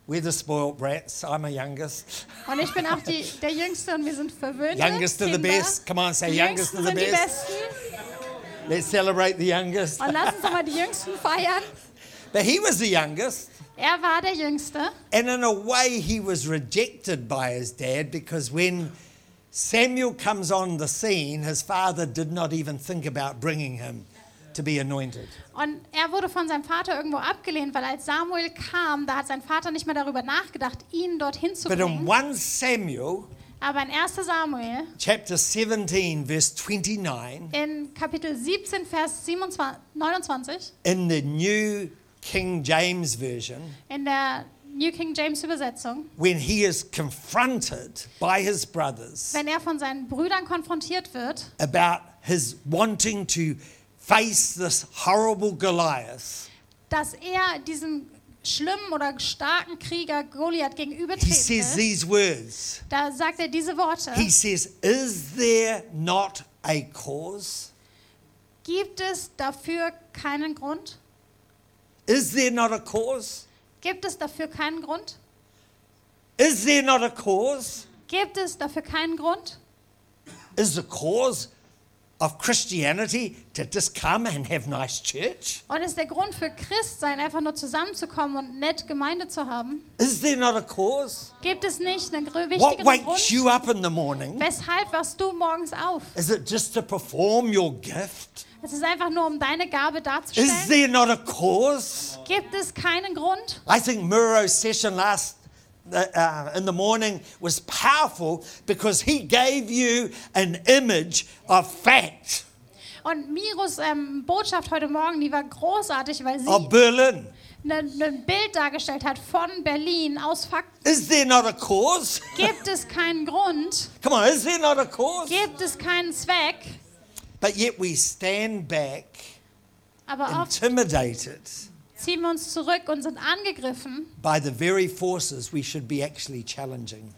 Speaker 4: We're the spoiled brats. I'm a youngest.
Speaker 3: Und ich bin auch die, der Jüngste und wir sind verwöhnte
Speaker 4: Youngest of the
Speaker 3: Kinder.
Speaker 4: best. Come on, say
Speaker 3: Die
Speaker 4: youngest
Speaker 3: Jüngsten
Speaker 4: of
Speaker 3: sind
Speaker 4: the
Speaker 3: die
Speaker 4: best.
Speaker 3: Besten.
Speaker 4: Let's celebrate the youngest.
Speaker 3: Und lass uns doch mal die Jüngsten feiern.
Speaker 4: But he was the youngest.
Speaker 3: Er war der Jüngste.
Speaker 4: And in a way, he was rejected by his dad because when Samuel comes on the scene, his father did not even think about bringing him to be anointed.
Speaker 3: Und er wurde von seinem Vater irgendwo abgelehnt, weil als Samuel kam, da hat sein Vater nicht mehr darüber nachgedacht, ihn dorthin zu
Speaker 4: But in
Speaker 3: bringen.
Speaker 4: 1 Samuel,
Speaker 3: Aber in 1. Samuel,
Speaker 4: chapter 17, verse 29,
Speaker 3: in Kapitel 17, Vers 27, 29,
Speaker 4: in the New King James Version,
Speaker 3: in der New King James Übersetzung,
Speaker 4: when he is confronted by his brothers
Speaker 3: wenn er von seinen Brüdern konfrontiert wird,
Speaker 4: about his wanting to face this horrible Goliath,
Speaker 3: dass er diesem schlimmen oder starken Krieger Goliath
Speaker 4: he
Speaker 3: gegenübertreten will,
Speaker 4: says these words.
Speaker 3: da sagt er diese Worte.
Speaker 4: He says, Is there not a cause?
Speaker 3: Gibt es dafür keinen Grund?
Speaker 4: Is there not a cause?
Speaker 3: Gibt es dafür keinen Grund?
Speaker 4: Is there not a cause?
Speaker 3: Gibt es dafür keinen Grund?
Speaker 4: Is the cause of Christianity to just come and have nice church?
Speaker 3: Und ist der Grund für Christsein einfach nur zusammenzukommen und nett Gemeinde zu haben?
Speaker 4: Is there not a cause?
Speaker 3: Gibt es nicht einen grö-
Speaker 4: What
Speaker 3: wichtigeren
Speaker 4: wakes
Speaker 3: Grund?
Speaker 4: you up in the morning?
Speaker 3: Weshalb wachst du morgens auf?
Speaker 4: Is it just to perform your gift?
Speaker 3: Es ist einfach nur, um deine Gabe
Speaker 4: Is
Speaker 3: darzustellen.
Speaker 4: there not a cause?
Speaker 3: Gibt es keinen Grund?
Speaker 4: I think Muro's session last uh, uh, in the morning was powerful because he gave you an image of fact.
Speaker 3: Und Miros ähm, Botschaft heute Morgen, die war großartig, weil sie
Speaker 4: of Berlin.
Speaker 3: ein ne, Bild dargestellt hat von Berlin aus Fakten.
Speaker 4: Is there not a cause?
Speaker 3: Gibt es keinen Grund?
Speaker 4: Come on, is there not a cause?
Speaker 3: Gibt es keinen Zweck?
Speaker 4: But yet we stand back,
Speaker 3: Aber oft
Speaker 4: intimidated,
Speaker 3: ziehen wir uns zurück und sind angegriffen
Speaker 4: by the very forces we should be actually challenging.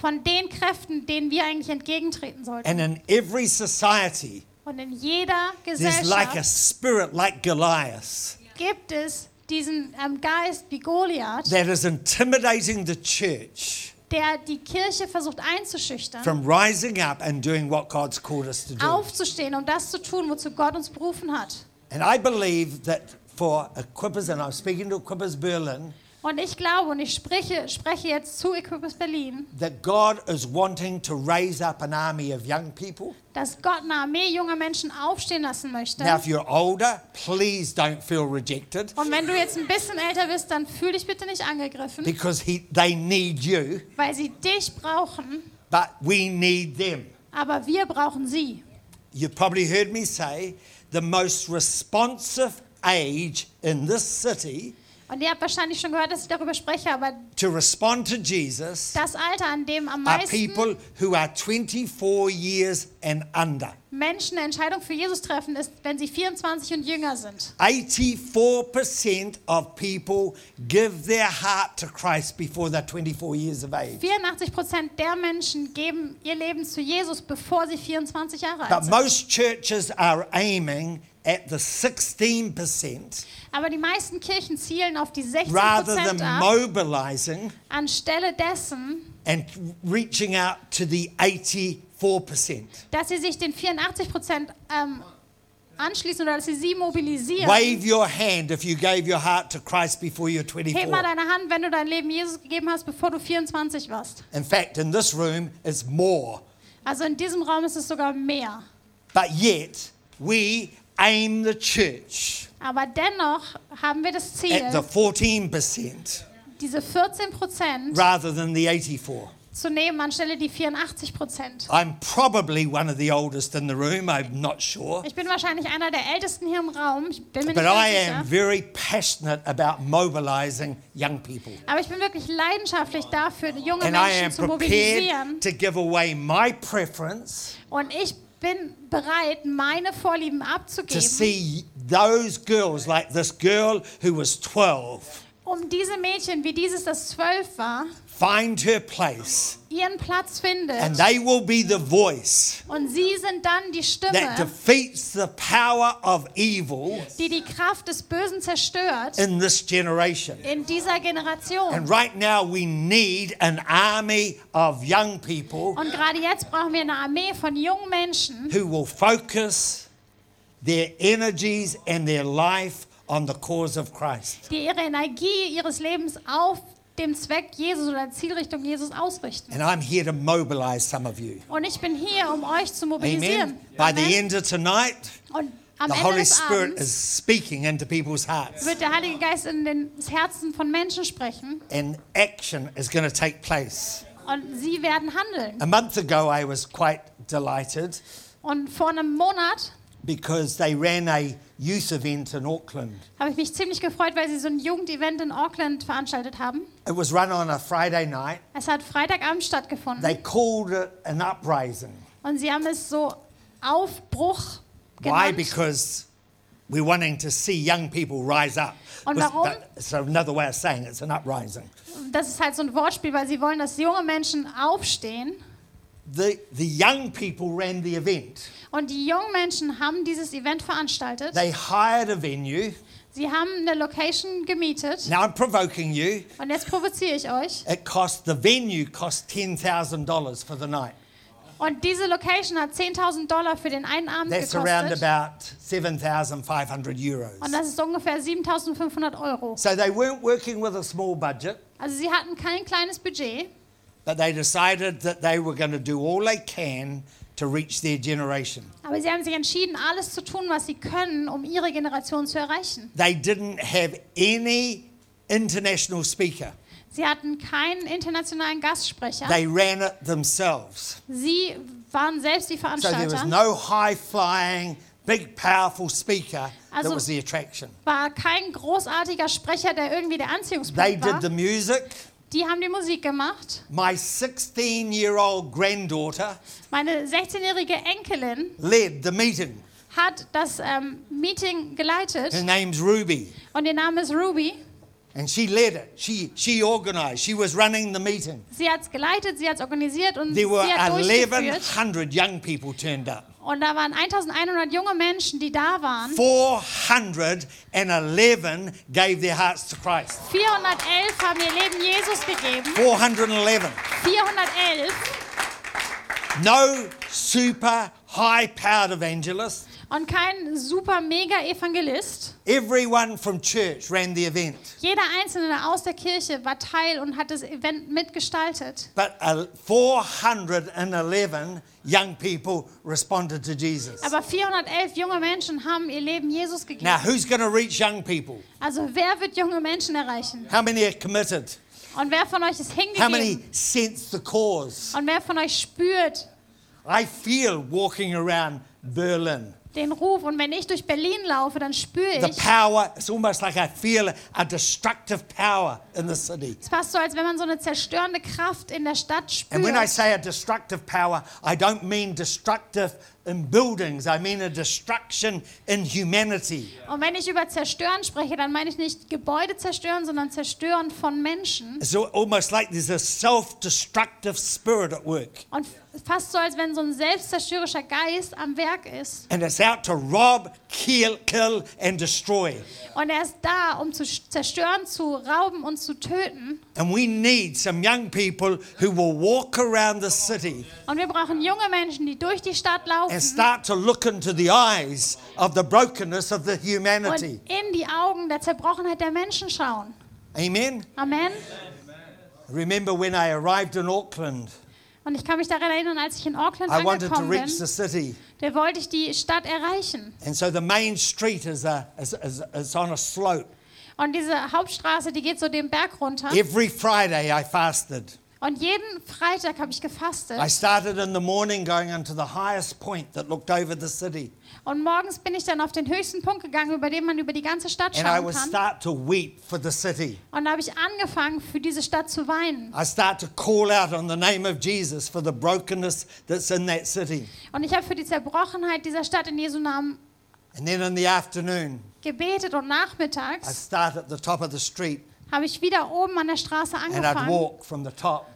Speaker 3: von den Kräften, denen wir eigentlich entgegentreten sollten.
Speaker 4: And in every society,
Speaker 3: Und in jeder
Speaker 4: there's like a
Speaker 3: Gesellschaft
Speaker 4: spirit like Goliath
Speaker 3: gibt es diesen ähm, Geist wie Goliath,
Speaker 4: that is intimidating the church
Speaker 3: der die Kirche versucht einzuschüchtern,
Speaker 4: from rising up and doing what God's called us to do.
Speaker 3: aufzustehen, um das zu tun, wozu Gott uns berufen hat.
Speaker 4: And I believe that for Equippers, and I'm speaking to Equippers Berlin,
Speaker 3: Und ich glaube und ich spreche, spreche jetzt zu Equipus Berlin,
Speaker 4: that God is wanting to raise up an army of young people.
Speaker 3: dass Gott eine Armee junger Menschen aufstehen lassen möchte.
Speaker 4: Now, if you're older, please don't feel rejected
Speaker 3: Und wenn du jetzt ein bisschen älter bist, dann fühl dich bitte nicht angegriffen,
Speaker 4: because he, they need you,
Speaker 3: weil sie dich brauchen,
Speaker 4: but we need them.
Speaker 3: aber wir brauchen sie.
Speaker 4: You've probably heard me say the most responsive age in this city
Speaker 3: Und ihr habt wahrscheinlich schon gehört, dass ich darüber spreche, aber
Speaker 4: to respond to Jesus
Speaker 3: das Alter, an dem am
Speaker 4: are
Speaker 3: meisten
Speaker 4: Ah, people who are 24 years and under.
Speaker 3: Menschen eine Entscheidung für Jesus treffen, ist, wenn sie 24 und jünger sind.
Speaker 4: 84% of people give their heart to Christ before they're 24 years of age.
Speaker 3: 84 Prozent der Menschen geben ihr Leben zu Jesus, bevor sie 24 Jahre alt
Speaker 4: But
Speaker 3: sind.
Speaker 4: most churches are aiming at the 16%
Speaker 3: Aber die meisten Kirchen zielen auf die 16
Speaker 4: rather than
Speaker 3: Prozent ab,
Speaker 4: mobilizing
Speaker 3: anstelle dessen,
Speaker 4: and reaching out to the 84%.
Speaker 3: dass sie sich den 84 Prozent ähm, anschließen oder dass sie sie mobilisieren.
Speaker 4: Wave your hand if you gave your heart to Christ before you're
Speaker 3: Heb mal
Speaker 4: 24.
Speaker 3: deine Hand, wenn du dein Leben Jesus gegeben hast, bevor du 24 warst.
Speaker 4: In fact, in this room, it's more.
Speaker 3: Also in diesem Raum ist es sogar mehr.
Speaker 4: But yet, we aim the church
Speaker 3: Aber dennoch haben wir das
Speaker 4: at the
Speaker 3: Ziel,
Speaker 4: 14%
Speaker 3: diese 14 Prozent
Speaker 4: rather than the 84.
Speaker 3: zu nehmen anstelle die 84 Prozent.
Speaker 4: I'm probably one of the oldest in the room, I'm not sure.
Speaker 3: Ich bin wahrscheinlich einer der Ältesten hier im Raum. Ich bin mir nicht
Speaker 4: But I am
Speaker 3: ganz sicher.
Speaker 4: very passionate about mobilizing young people.
Speaker 3: Aber ich bin wirklich leidenschaftlich dafür, junge
Speaker 4: And I am
Speaker 3: Menschen zu
Speaker 4: prepared
Speaker 3: mobilisieren.
Speaker 4: to give away my preference
Speaker 3: Und ich bin bereit, meine Vorlieben
Speaker 4: to
Speaker 3: abzugeben,
Speaker 4: see those girls like this girl who was 12
Speaker 3: um diese Mädchen, wie dieses, das zwölf war,
Speaker 4: find her place
Speaker 3: ihren Platz
Speaker 4: and
Speaker 3: findet.
Speaker 4: they will be the voice
Speaker 3: Und sie sind dann die
Speaker 4: that
Speaker 3: Stimme,
Speaker 4: defeats the power of evil
Speaker 3: die die Kraft des Bösen zerstört
Speaker 4: in this generation.
Speaker 3: in dieser
Speaker 4: And
Speaker 3: Generation.
Speaker 4: right now we need an army of young people
Speaker 3: Und gerade jetzt brauchen wir eine Armee von jungen Menschen,
Speaker 4: who will focus their energies and their life on the cause of Christ.
Speaker 3: die ihre Energie ihres Lebens auf dem Zweck Jesus oder Zielrichtung Jesus ausrichten.
Speaker 4: And I'm here to mobilize some of you.
Speaker 3: Und ich bin hier, um euch zu mobilisieren.
Speaker 4: Amen. By the
Speaker 3: Amen.
Speaker 4: end of tonight,
Speaker 3: Und am
Speaker 4: the
Speaker 3: Ende
Speaker 4: Holy
Speaker 3: des
Speaker 4: Spirit
Speaker 3: Abends
Speaker 4: is speaking into people's hearts,
Speaker 3: wird der Heilige Geist in den Herzen von Menschen sprechen
Speaker 4: and action is going to take place.
Speaker 3: und sie werden handeln.
Speaker 4: A month ago, I was quite delighted
Speaker 3: Und vor einem Monat
Speaker 4: because they ran a youth event in Auckland.
Speaker 3: habe ich mich ziemlich gefreut, weil sie so ein Jugendevent in Auckland veranstaltet haben.
Speaker 4: It was run on a Friday night.
Speaker 3: Es hat Freitagabend stattgefunden
Speaker 4: They called it an uprising.
Speaker 3: und sie haben es so Aufbruch
Speaker 4: Why?
Speaker 3: genannt.
Speaker 4: Because we're wanting to see young people rise up.
Speaker 3: Und
Speaker 4: Was-
Speaker 3: warum?
Speaker 4: that- It's another way of saying it's an uprising.
Speaker 3: das ist halt so ein Wortspiel, weil sie wollen, dass junge Menschen aufstehen.
Speaker 4: The, the young people ran the event.
Speaker 3: Und die jungen Menschen haben dieses Event veranstaltet.
Speaker 4: They hired a venue.
Speaker 3: Sie haben eine Location gemietet.
Speaker 4: Now I'm provoking you.
Speaker 3: Und jetzt provoziere ich euch.
Speaker 4: It cost the venue cost ten thousand dollars for the night.
Speaker 3: Und diese Location hat 10.000 Dollar für den einen Abend
Speaker 4: That's around
Speaker 3: gekostet.
Speaker 4: about seven thousand five hundred
Speaker 3: Und
Speaker 4: euros.
Speaker 3: das ist ungefähr 7.500 Euro.
Speaker 4: So they weren't working with a small budget,
Speaker 3: Also sie hatten kein kleines Budget,
Speaker 4: but they decided that they were going to do all they can to reach their generation.
Speaker 3: aber sie haben sich entschieden, alles zu tun, was sie können, um ihre Generation zu erreichen.
Speaker 4: They didn't have any international speaker.
Speaker 3: Sie hatten keinen internationalen Gastsprecher.
Speaker 4: They ran it themselves.
Speaker 3: Sie waren selbst die
Speaker 4: So there was
Speaker 3: Veranstalter.
Speaker 4: no high flying, big, powerful speaker. That
Speaker 3: Also-
Speaker 4: was the attraction.
Speaker 3: War kein großartiger Sprecher, der irgendwie der
Speaker 4: They
Speaker 3: Anziehungspunkt
Speaker 4: did the
Speaker 3: war.
Speaker 4: music.
Speaker 3: Die haben die Musik gemacht.
Speaker 4: My 16 year old granddaughter
Speaker 3: Meine 16-jährige Enkelin
Speaker 4: led the meeting.
Speaker 3: hat das ähm, Meeting geleitet
Speaker 4: Her name's Ruby,
Speaker 3: und ihr Name ist Ruby.
Speaker 4: and she led it. She she organized. She was running the meeting.
Speaker 3: Sie hat es geleitet, sie hat es organisiert und
Speaker 4: There were
Speaker 3: sie hat durchgeführt.
Speaker 4: 1,100 young people turned up.
Speaker 3: Und da waren 1100 junge Menschen, die da waren.
Speaker 4: 411 gave their hearts to Christ.
Speaker 3: 411 haben ihr Leben Jesus gegeben.
Speaker 4: 411.
Speaker 3: 411
Speaker 4: No super high powered evangelist.
Speaker 3: und kein super mega Evangelist.
Speaker 4: Everyone from church ran the event.
Speaker 3: Jeder Einzelne aus der Kirche war Teil und hat das Event mitgestaltet.
Speaker 4: But uh, 411 young people responded to Jesus.
Speaker 3: Aber 411 junge Menschen haben ihr Leben Jesus
Speaker 4: Now,
Speaker 3: gegeben.
Speaker 4: who's going to reach young people?
Speaker 3: Also wer wird junge Menschen erreichen?
Speaker 4: How many are committed?
Speaker 3: Und wer von euch ist
Speaker 4: How many
Speaker 3: hingegeben?
Speaker 4: sense the cause?
Speaker 3: Und wer von euch spürt
Speaker 4: I feel walking around Berlin.
Speaker 3: den Ruf? Und wenn ich durch Berlin laufe, dann spüre
Speaker 4: The
Speaker 3: ich.
Speaker 4: power, it's almost like I feel a destructive power in the city.
Speaker 3: Es passt so, als wenn man so eine zerstörende Kraft in der Stadt
Speaker 4: And when I
Speaker 3: spürt.
Speaker 4: say a destructive power, I don't mean destructive in buildings, I mean a destruction in humanity.
Speaker 3: Und wenn ich über zerstören spreche, dann meine ich nicht Gebäude zerstören, sondern zerstören von Menschen.
Speaker 4: It's al- almost like there's a self destructive spirit at work.
Speaker 3: Und fast so, als wenn so ein selbstzerstörerischer Geist am Werk ist.
Speaker 4: And it's out to rob, kill, kill and destroy.
Speaker 3: Und er ist da, um zu sch- zerstören, zu rauben und zu töten.
Speaker 4: And we need some young people who will walk around the city
Speaker 3: Und wir brauchen junge Menschen, die durch die Stadt
Speaker 4: and
Speaker 3: laufen
Speaker 4: start to look into the eyes of the brokenness of the
Speaker 3: und
Speaker 4: humanity.
Speaker 3: in die Augen der Zerbrochenheit der Menschen schauen.
Speaker 4: Amen.
Speaker 3: Amen.
Speaker 4: Remember when I arrived in Auckland,
Speaker 3: Und ich kann mich daran erinnern, als ich in Auckland
Speaker 4: I wanted to
Speaker 3: angekommen
Speaker 4: reach the
Speaker 3: bin,
Speaker 4: city.
Speaker 3: da wollte ich die Stadt erreichen.
Speaker 4: And so the main street is, a, is, is, is on a slope.
Speaker 3: Und diese Hauptstraße, die geht so den Berg runter.
Speaker 4: Every Friday I fasted.
Speaker 3: Und jeden Freitag habe ich
Speaker 4: I
Speaker 3: gefastet.
Speaker 4: started in the morning going onto the highest point that looked over the city.
Speaker 3: Und morgens bin ich dann auf den höchsten Punkt gegangen, über den man über die ganze Stadt
Speaker 4: And I
Speaker 3: schauen
Speaker 4: would
Speaker 3: kann.
Speaker 4: start to weep for the city.
Speaker 3: Und da habe ich angefangen, für diese Stadt zu weinen.
Speaker 4: I start to call out on the name of Jesus for the brokenness that's in that city.
Speaker 3: Und ich habe für die Zerbrochenheit dieser Stadt in Jesu Namen
Speaker 4: And then in the afternoon,
Speaker 3: gebetet. Und
Speaker 4: I
Speaker 3: nachmittags
Speaker 4: start at the top of the street
Speaker 3: habe ich wieder oben an der Straße
Speaker 4: and I'd
Speaker 3: angefangen.
Speaker 4: walk from the top.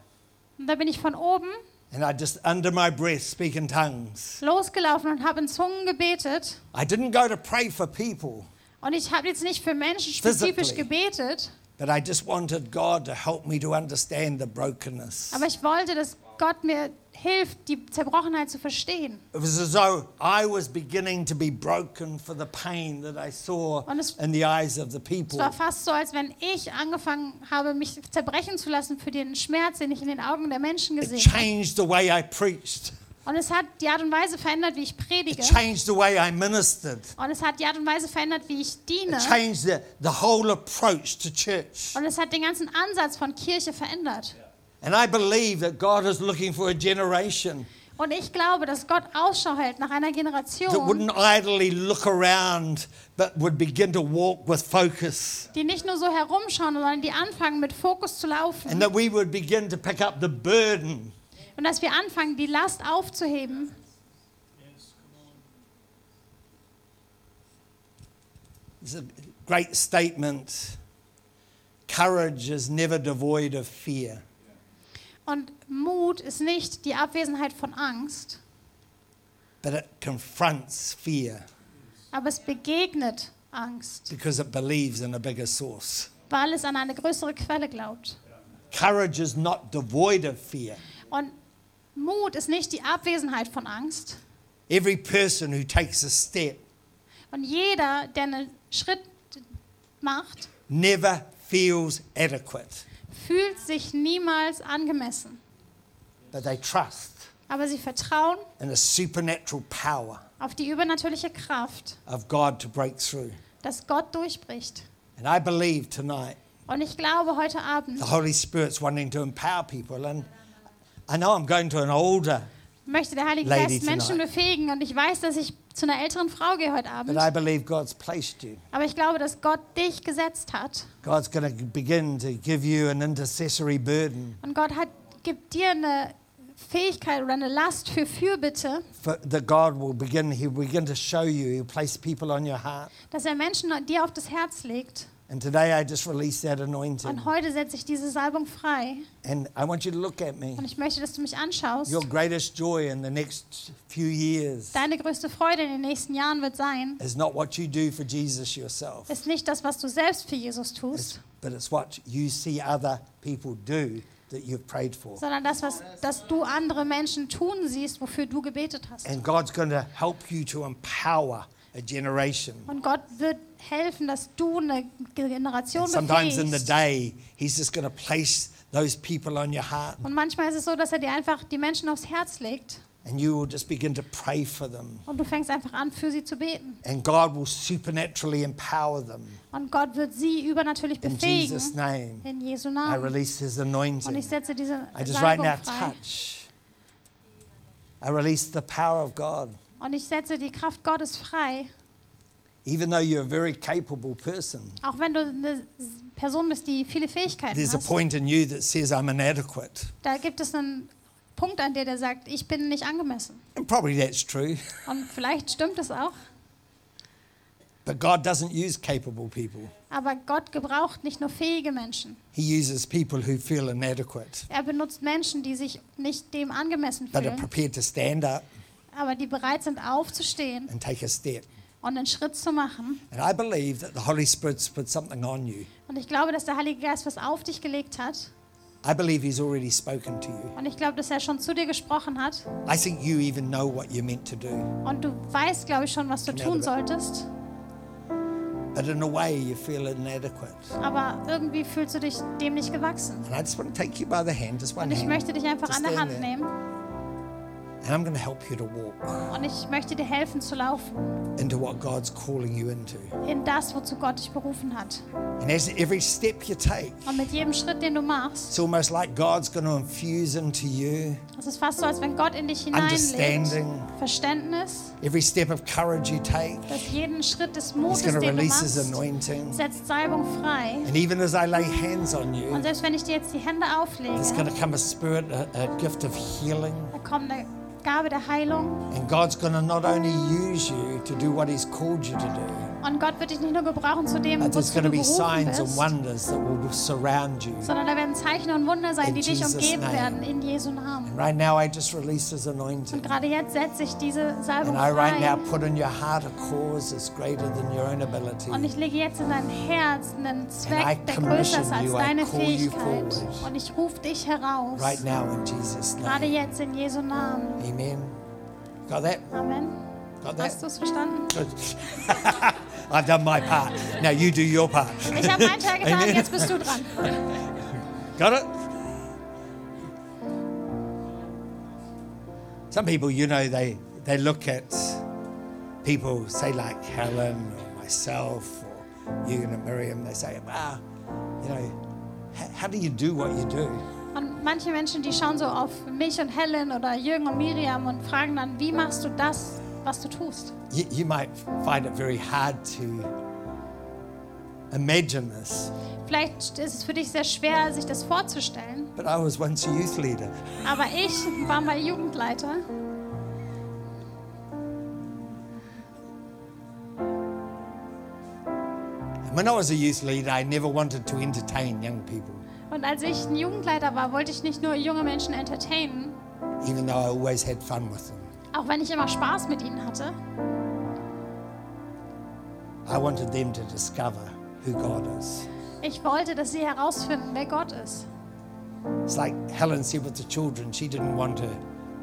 Speaker 3: Und da bin ich von oben
Speaker 4: And I'd just, under my breath, speak in tongues.
Speaker 3: losgelaufen und habe in Zungen gebetet.
Speaker 4: I didn't go to pray for people,
Speaker 3: Und ich habe jetzt nicht für Menschen spezifisch gebetet,
Speaker 4: but I just wanted God to help me to understand the brokenness.
Speaker 3: aber ich wollte, dass Gott mir hilft, die Zerbrochenheit zu verstehen.
Speaker 4: It was as though I was beginning to be broken for the pain that I saw
Speaker 3: And it's-
Speaker 4: in the eyes of the
Speaker 3: Es
Speaker 4: people.
Speaker 3: war fast so, als wenn ich angefangen habe, mich zerbrechen zu lassen für den Schmerz, den ich in den Augen der Menschen
Speaker 4: It
Speaker 3: gesehen habe.
Speaker 4: changed the way I preached,
Speaker 3: Und es hat die Art und Weise verändert, wie ich
Speaker 4: it
Speaker 3: predige.
Speaker 4: changed the way I ministered,
Speaker 3: Und es hat die Art und Weise verändert, wie ich diene.
Speaker 4: it changed the, the whole approach to church.
Speaker 3: Und es hat den ganzen Ansatz von Kirche verändert.
Speaker 4: And I believe that God is looking for a generation
Speaker 3: Und ich glaube, dass Gott Ausschau hält nach einer
Speaker 4: that
Speaker 3: Generation,
Speaker 4: wouldn't idly look around, but would begin to walk with focus.
Speaker 3: die nicht nur so herumschauen, sondern die anfangen, mit Fokus zu
Speaker 4: And
Speaker 3: laufen.
Speaker 4: that we would begin to pick up the burden
Speaker 3: Und dass wir anfangen, die Last aufzuheben.
Speaker 4: It's a great statement. Courage is never devoid of fear.
Speaker 3: Und Mut ist nicht die Abwesenheit von Angst,
Speaker 4: But it confronts fear
Speaker 3: aber es begegnet Angst.
Speaker 4: because it believes in a bigger source.
Speaker 3: weil es an eine größere Quelle glaubt.
Speaker 4: Courage is not devoid of fear.
Speaker 3: Und Mut ist nicht die Abwesenheit von Angst.
Speaker 4: Every person who takes a step
Speaker 3: Und jeder, der einen Schritt macht,
Speaker 4: never feels adequate,
Speaker 3: fühlt sich niemals angemessen.
Speaker 4: but they trust
Speaker 3: Aber sie vertrauen
Speaker 4: in a supernatural power
Speaker 3: auf die übernatürliche Kraft,
Speaker 4: of God to break through.
Speaker 3: dass Gott durchbricht.
Speaker 4: And I believe tonight
Speaker 3: Und ich glaube heute Abend
Speaker 4: the Holy Spirit's wanting to empower people. And I know I'm going to an older,
Speaker 3: möchte der Heilige
Speaker 4: Lady
Speaker 3: Geist Menschen
Speaker 4: tonight.
Speaker 3: befähigen. Und ich weiß, dass ich zu einer älteren Frau gehe heute
Speaker 4: but
Speaker 3: Abend.
Speaker 4: I believe God's placed you.
Speaker 3: Aber ich glaube, dass Gott dich gesetzt hat.
Speaker 4: God's going to begin to give you an intercessory burden.
Speaker 3: Und Gott hat, gibt dir eine Fähigkeit oder eine Last für Fürbitte,
Speaker 4: for, that God will begin, He will begin to show you, He'll place people on your heart.
Speaker 3: dass er Menschen dir auf das Herz legt.
Speaker 4: And today I just release that anointing.
Speaker 3: Und heute setze ich diese Salbung frei.
Speaker 4: And I want you to look at me.
Speaker 3: Und ich möchte, dass du mich anschaust.
Speaker 4: Your greatest joy in the next few years
Speaker 3: Deine größte Freude in den nächsten Jahren wird sein,
Speaker 4: is not what you do for Jesus yourself,
Speaker 3: ist nicht das, was du selbst für Jesus
Speaker 4: it's,
Speaker 3: tust,
Speaker 4: but it's what you see other people do that you've prayed for.
Speaker 3: sondern das, was dass du andere Menschen tun siehst, wofür du gebetet hast.
Speaker 4: And God's going to help you to empower a generation.
Speaker 3: Und Gott wird helfen, dass du eine Generation
Speaker 4: And sometimes in the
Speaker 3: befähigst.
Speaker 4: day, He's just going to place those people on your heart,
Speaker 3: Und manchmal ist es so, dass er dir einfach die Menschen aufs Herz legt
Speaker 4: and you will just begin to pray for them.
Speaker 3: und du fängst einfach an, für sie zu beten.
Speaker 4: And God will supernaturally empower them.
Speaker 3: Und Gott wird sie übernatürlich
Speaker 4: In Jesus'
Speaker 3: befähigen.
Speaker 4: name,
Speaker 3: In Jesu
Speaker 4: I
Speaker 3: Namen.
Speaker 4: release His
Speaker 3: Und ich
Speaker 4: anointing.
Speaker 3: setze diese
Speaker 4: I just right
Speaker 3: Salbung
Speaker 4: now
Speaker 3: frei.
Speaker 4: touch. I release the power of God.
Speaker 3: Und ich setze die Kraft Gottes frei.
Speaker 4: Even though you're a very capable person,
Speaker 3: Auch wenn du eine Person bist, die viele Fähigkeiten
Speaker 4: there's a
Speaker 3: hat.
Speaker 4: point in you that says, I'm inadequate.
Speaker 3: Da gibt es einen Punkt an dir, der sagt, ich bin nicht angemessen.
Speaker 4: And probably that's true, <laughs>
Speaker 3: Und vielleicht stimmt es auch.
Speaker 4: but God doesn't use capable people.
Speaker 3: Aber Gott gebraucht nicht nur fähige Menschen.
Speaker 4: He uses people who feel inadequate,
Speaker 3: Er benutzt Menschen, die sich nicht dem angemessen
Speaker 4: but are
Speaker 3: fühlen,
Speaker 4: prepared to stand up
Speaker 3: aber die bereit sind, aufzustehen
Speaker 4: and take a step.
Speaker 3: und einen Schritt zu machen.
Speaker 4: And I believe that the Holy Spirit's put something on you.
Speaker 3: Und ich glaube, dass der Heilige Geist was auf dich gelegt hat.
Speaker 4: I believe He's already spoken to you.
Speaker 3: Und ich glaube, dass er schon zu dir gesprochen hat.
Speaker 4: I think you even know what you're meant to do,
Speaker 3: Und du weißt, glaube ich, schon, was du
Speaker 4: Gnade
Speaker 3: tun
Speaker 4: be-
Speaker 3: solltest.
Speaker 4: but in a way, you feel inadequate.
Speaker 3: Aber irgendwie fühlst du dich dem nicht gewachsen.
Speaker 4: And I just want to take you by the hand, just one
Speaker 3: Und ich
Speaker 4: hand.
Speaker 3: möchte dich einfach
Speaker 4: Just
Speaker 3: an der
Speaker 4: stand
Speaker 3: Hand
Speaker 4: there.
Speaker 3: nehmen
Speaker 4: And I'm going to help you to walk
Speaker 3: und ich möchte dir helfen zu laufen
Speaker 4: into what God's calling you into.
Speaker 3: in das, wozu Gott dich berufen hat.
Speaker 4: And as every step you take,
Speaker 3: Und mit jedem Schritt, den du machst,
Speaker 4: it's almost like God's going to infuse into you
Speaker 3: es ist fast so, als wenn Gott in dich hineinlegt.
Speaker 4: understanding.
Speaker 3: Verständnis,
Speaker 4: Every step of courage you take,
Speaker 3: dass jeden Schritt des
Speaker 4: He's
Speaker 3: Mutes,
Speaker 4: going
Speaker 3: den
Speaker 4: to
Speaker 3: du
Speaker 4: release His
Speaker 3: machst,
Speaker 4: anointing.
Speaker 3: setzt Salbung frei.
Speaker 4: And even as I lay hands on you,
Speaker 3: Und selbst wenn ich dir jetzt die Hände auflege,
Speaker 4: there's going to come a spirit, a, a gift of healing.
Speaker 3: da kommt eine Gabe der Heilung.
Speaker 4: And God's going to not only use you to do what He's called you to
Speaker 3: Und Gott wird dich nicht nur gebrauchen zu dem,
Speaker 4: do, but there's
Speaker 3: wozu
Speaker 4: going
Speaker 3: du
Speaker 4: to be
Speaker 3: berufen
Speaker 4: signs
Speaker 3: bist,
Speaker 4: and wonders that will surround you.
Speaker 3: sondern da werden Zeichen und Wunder sein,
Speaker 4: In
Speaker 3: die dich
Speaker 4: Jesus'
Speaker 3: umgeben
Speaker 4: name.
Speaker 3: werden, in Jesu Namen.
Speaker 4: Right now, I just release His anointing.
Speaker 3: Und gerade jetzt setze ich diese Salbung
Speaker 4: And I right now
Speaker 3: frei.
Speaker 4: put in your heart a cause that's greater than your own ability.
Speaker 3: Und ich lege jetzt in dein Herz einen Zweck, der größer ist
Speaker 4: commission
Speaker 3: als
Speaker 4: you, I
Speaker 3: deine
Speaker 4: call you
Speaker 3: Fähigkeit.
Speaker 4: forward.
Speaker 3: Und ich rufe dich heraus.
Speaker 4: Right now in Jesus'
Speaker 3: Gerade
Speaker 4: name.
Speaker 3: jetzt in Jesu Namen.
Speaker 4: Amen. Got that?
Speaker 3: Amen.
Speaker 4: Got
Speaker 3: Hast
Speaker 4: that?
Speaker 3: du es verstanden?
Speaker 4: Good. I've done my part. Now you do your part.
Speaker 3: Ich habe meinen Teil getan,
Speaker 4: Amen.
Speaker 3: jetzt bist du dran.
Speaker 4: Got it? Some people, you know, they, they look at people, say like Helen or myself or Ewan and Miriam, they say, ah, you know, h- how do you do what you do?
Speaker 3: Und manche Menschen, die schauen so auf mich und Helen oder Jürgen und Miriam und fragen dann, wie machst du das, was du tust?
Speaker 4: You, you might find it very hard to imagine this,
Speaker 3: Vielleicht ist es für dich sehr schwer, sich das vorzustellen,
Speaker 4: but I was once a youth leader.
Speaker 3: aber ich war mal Jugendleiter.
Speaker 4: And when I was a youth leader, I never wanted to entertain young people,
Speaker 3: Und als ich ein Jugendleiter war, wollte ich nicht nur junge Menschen entertainen,
Speaker 4: even though I always had fun with them.
Speaker 3: auch wenn ich immer Spaß mit ihnen hatte.
Speaker 4: I wanted them to discover who God is.
Speaker 3: Ich wollte, dass sie herausfinden, wer Gott ist.
Speaker 4: It's like Helen said with the children, she didn't want to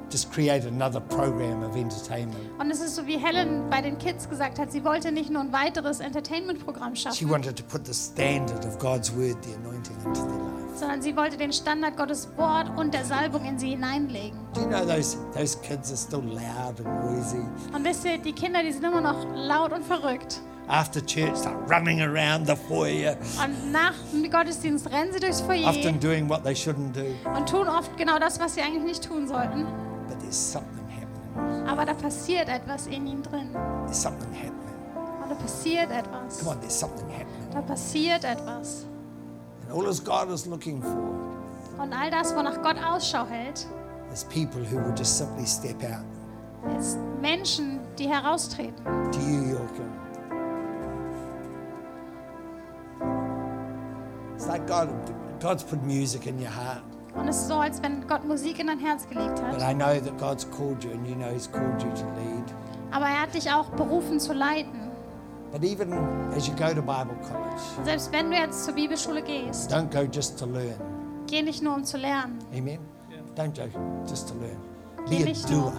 Speaker 4: just create another program of entertainment.
Speaker 3: Und es ist so, wie Helen bei den Kids gesagt hat, sie wollte nicht nur ein weiteres Entertainment-Programm
Speaker 4: She
Speaker 3: schaffen,
Speaker 4: wanted to put the standard of God's word, the anointing, into their life.
Speaker 3: sondern sie wollte den Standard Gottes Wort und der Salbung in sie hineinlegen.
Speaker 4: Do you know those, those kids are still loud and noisy?
Speaker 3: Und wisst ihr, die Kinder, die sind immer noch laut und verrückt.
Speaker 4: after church, start running around the foyer,
Speaker 3: Und nach dem Gottesdienst rennen sie durchs Foyer
Speaker 4: often doing what they shouldn't do.
Speaker 3: und tun oft genau das, was sie eigentlich nicht tun sollten.
Speaker 4: But there's something happening.
Speaker 3: Aber da passiert etwas in ihnen drin.
Speaker 4: There's something happening.
Speaker 3: Und da passiert
Speaker 4: Come
Speaker 3: etwas.
Speaker 4: on, there's something happening.
Speaker 3: Da passiert etwas.
Speaker 4: And all as God is looking for
Speaker 3: Und all das, wonach Gott Ausschau hält,
Speaker 4: is There's people who will just simply step out.
Speaker 3: Es sind Menschen, die heraustreten.
Speaker 4: To you, Yorka. It's like God, God's put music in your heart.
Speaker 3: Und es ist so, als wenn Gott Musik in dein Herz gelegt
Speaker 4: But
Speaker 3: hat.
Speaker 4: I know that God's called you and you know He's called you to lead.
Speaker 3: Aber er hat dich auch berufen zu leiten.
Speaker 4: But even as you go to Bible college,
Speaker 3: Selbst wenn du jetzt zur Bibelschule gehst,
Speaker 4: don't go just to learn.
Speaker 3: geh nicht nur um zu lernen,
Speaker 4: Amen? Don't go just to learn. Be
Speaker 3: Geh
Speaker 4: a
Speaker 3: nicht nur
Speaker 4: doer.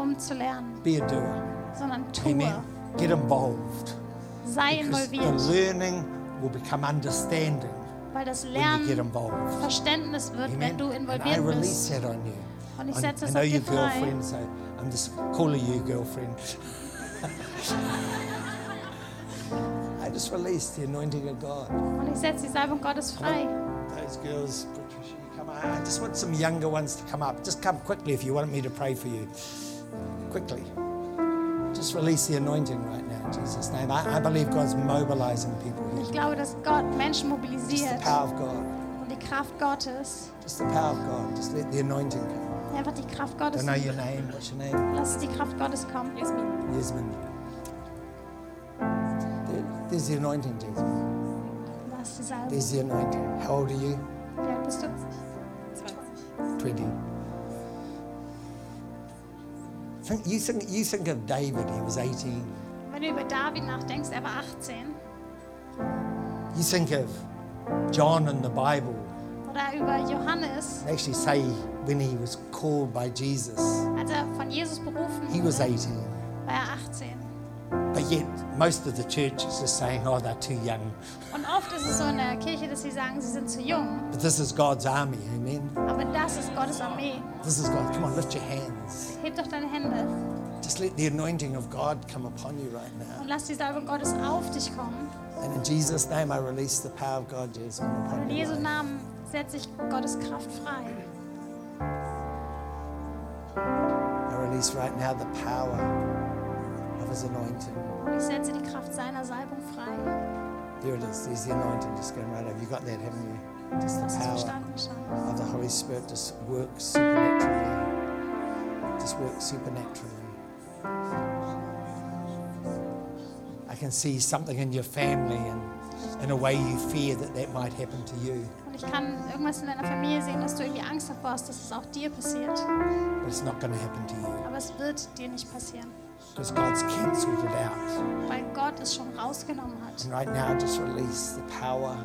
Speaker 3: um zu lernen,
Speaker 4: Be a doer.
Speaker 3: sondern
Speaker 4: Amen.
Speaker 3: tue,
Speaker 4: Get involved.
Speaker 3: sei
Speaker 4: Because the
Speaker 3: involviert,
Speaker 4: learning will become understanding
Speaker 3: weil das
Speaker 4: when you get
Speaker 3: Lernen
Speaker 4: involved.
Speaker 3: Verständnis wird, wenn
Speaker 4: Amen.
Speaker 3: du
Speaker 4: And I
Speaker 3: involviert
Speaker 4: release
Speaker 3: bist.
Speaker 4: that on you.
Speaker 3: Und ich
Speaker 4: I-
Speaker 3: setze
Speaker 4: I
Speaker 3: es
Speaker 4: know
Speaker 3: auf
Speaker 4: your
Speaker 3: dir frei.
Speaker 4: girlfriend, so I'm just calling you
Speaker 3: <laughs>
Speaker 4: girlfriend. I just released the anointing of God.
Speaker 3: Und ich setze die Salbung Gottes frei.
Speaker 4: Those girls, Patricia, you come up. I just want some younger ones to come up. Just come quickly if you want me to pray for you. Quickly. Just release the anointing right now in Jesus' name. I, I believe God's mobilizing people
Speaker 3: Ich
Speaker 4: here.
Speaker 3: glaube, dass Gott Menschen
Speaker 4: Just the
Speaker 3: mobilisiert
Speaker 4: power of God.
Speaker 3: und die Kraft Gottes,
Speaker 4: Just the power of God. Just let the anointing come.
Speaker 3: einfach die Kraft
Speaker 4: Don't
Speaker 3: Gottes,
Speaker 4: know your name. What's your name?
Speaker 3: lass die Kraft Gottes kommen.
Speaker 4: Yasmin. There- There's the anointing, Jesus.
Speaker 3: Lass die Salbung.
Speaker 4: There's the anointing. How old are you?
Speaker 3: Wie alt bist du?
Speaker 4: 20. Think, you, think, you think of David, he was 18.
Speaker 3: Wenn du über David nachdenkst, er war 18.
Speaker 4: You think of John in the Bible.
Speaker 3: Oder über Johannes,
Speaker 4: They actually say when he was called by Jesus,
Speaker 3: als er von Jesus berufen
Speaker 4: he was
Speaker 3: wurde,
Speaker 4: 18.
Speaker 3: war er 18.
Speaker 4: But yet, most of the church is just saying, oh, they're too young.
Speaker 3: Und oft ist es so in der Kirche, dass sie sagen, sie sind zu jung.
Speaker 4: But this is God's army, amen?
Speaker 3: Aber das ist Gottes Armee.
Speaker 4: This is God. Come on, lift your hands.
Speaker 3: Heb doch deine Hände
Speaker 4: Just let the anointing of God come upon you right now.
Speaker 3: und lass die Salbung Gottes auf dich kommen.
Speaker 4: And in Jesus' name, I release the power of God, Jesus.
Speaker 3: Und
Speaker 4: upon
Speaker 3: in
Speaker 4: your
Speaker 3: Jesu
Speaker 4: life.
Speaker 3: Namen setze ich Gottes Kraft frei.
Speaker 4: I release right now the power of His anointing.
Speaker 3: Und ich setze die Kraft seiner Salbung frei.
Speaker 4: There it is. There's the anointing just going right over. You got that, haven't you? Just
Speaker 3: Hast du
Speaker 4: the power
Speaker 3: verstanden schon?
Speaker 4: of the Holy Spirit just works supernaturally. Just works supernaturally. I can see something in your family, and in a way, you fear that that might happen to you,
Speaker 3: Und ich kann irgendwas in deiner Familie sehen, dass du irgendwie Angst davor hast, dass es auch dir passiert.
Speaker 4: but it's not going to happen to you
Speaker 3: Aber es wird dir nicht passieren,
Speaker 4: because God's cancelled it out.
Speaker 3: weil Gott es schon rausgenommen hat.
Speaker 4: And right now, just release the power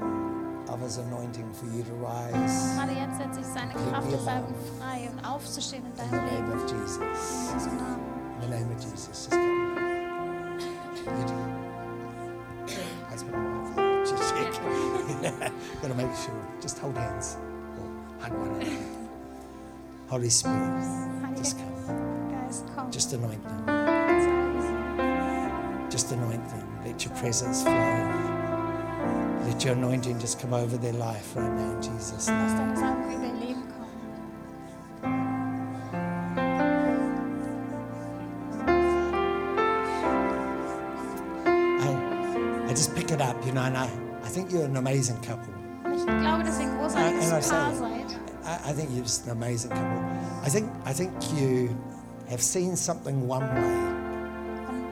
Speaker 4: of His anointing for you to rise
Speaker 3: Gerade jetzt setze ich seine Kraft der Salbung frei und aufzustehen in
Speaker 4: in the
Speaker 3: deinem
Speaker 4: name
Speaker 3: Leben.
Speaker 4: of Jesus.
Speaker 3: In Jesu Namen.
Speaker 4: In the name of Jesus. Just come. You do. Husband and wife. Just check. <laughs> Gotta make sure. Just hold hands. Or hug one another. Holy Spirit, just
Speaker 3: Heiliger
Speaker 4: come.
Speaker 3: Geist, komm.
Speaker 4: Just anoint them.
Speaker 3: Salbe sie.
Speaker 4: Just anoint them. Let your presence flow. Let your anointing just come over their life right now in Jesus' name.
Speaker 3: Lass deine Salbung in dein Leben kommen.
Speaker 4: I, I just pick it up, you know, and I, I think you're an amazing couple. Uh,
Speaker 3: Und ich glaube, dass ihr ein großartiges
Speaker 4: Nein, nein,
Speaker 3: Paar
Speaker 4: nein,
Speaker 3: seid.
Speaker 4: I, I think you're just an amazing couple. I think, I think you have seen something one way,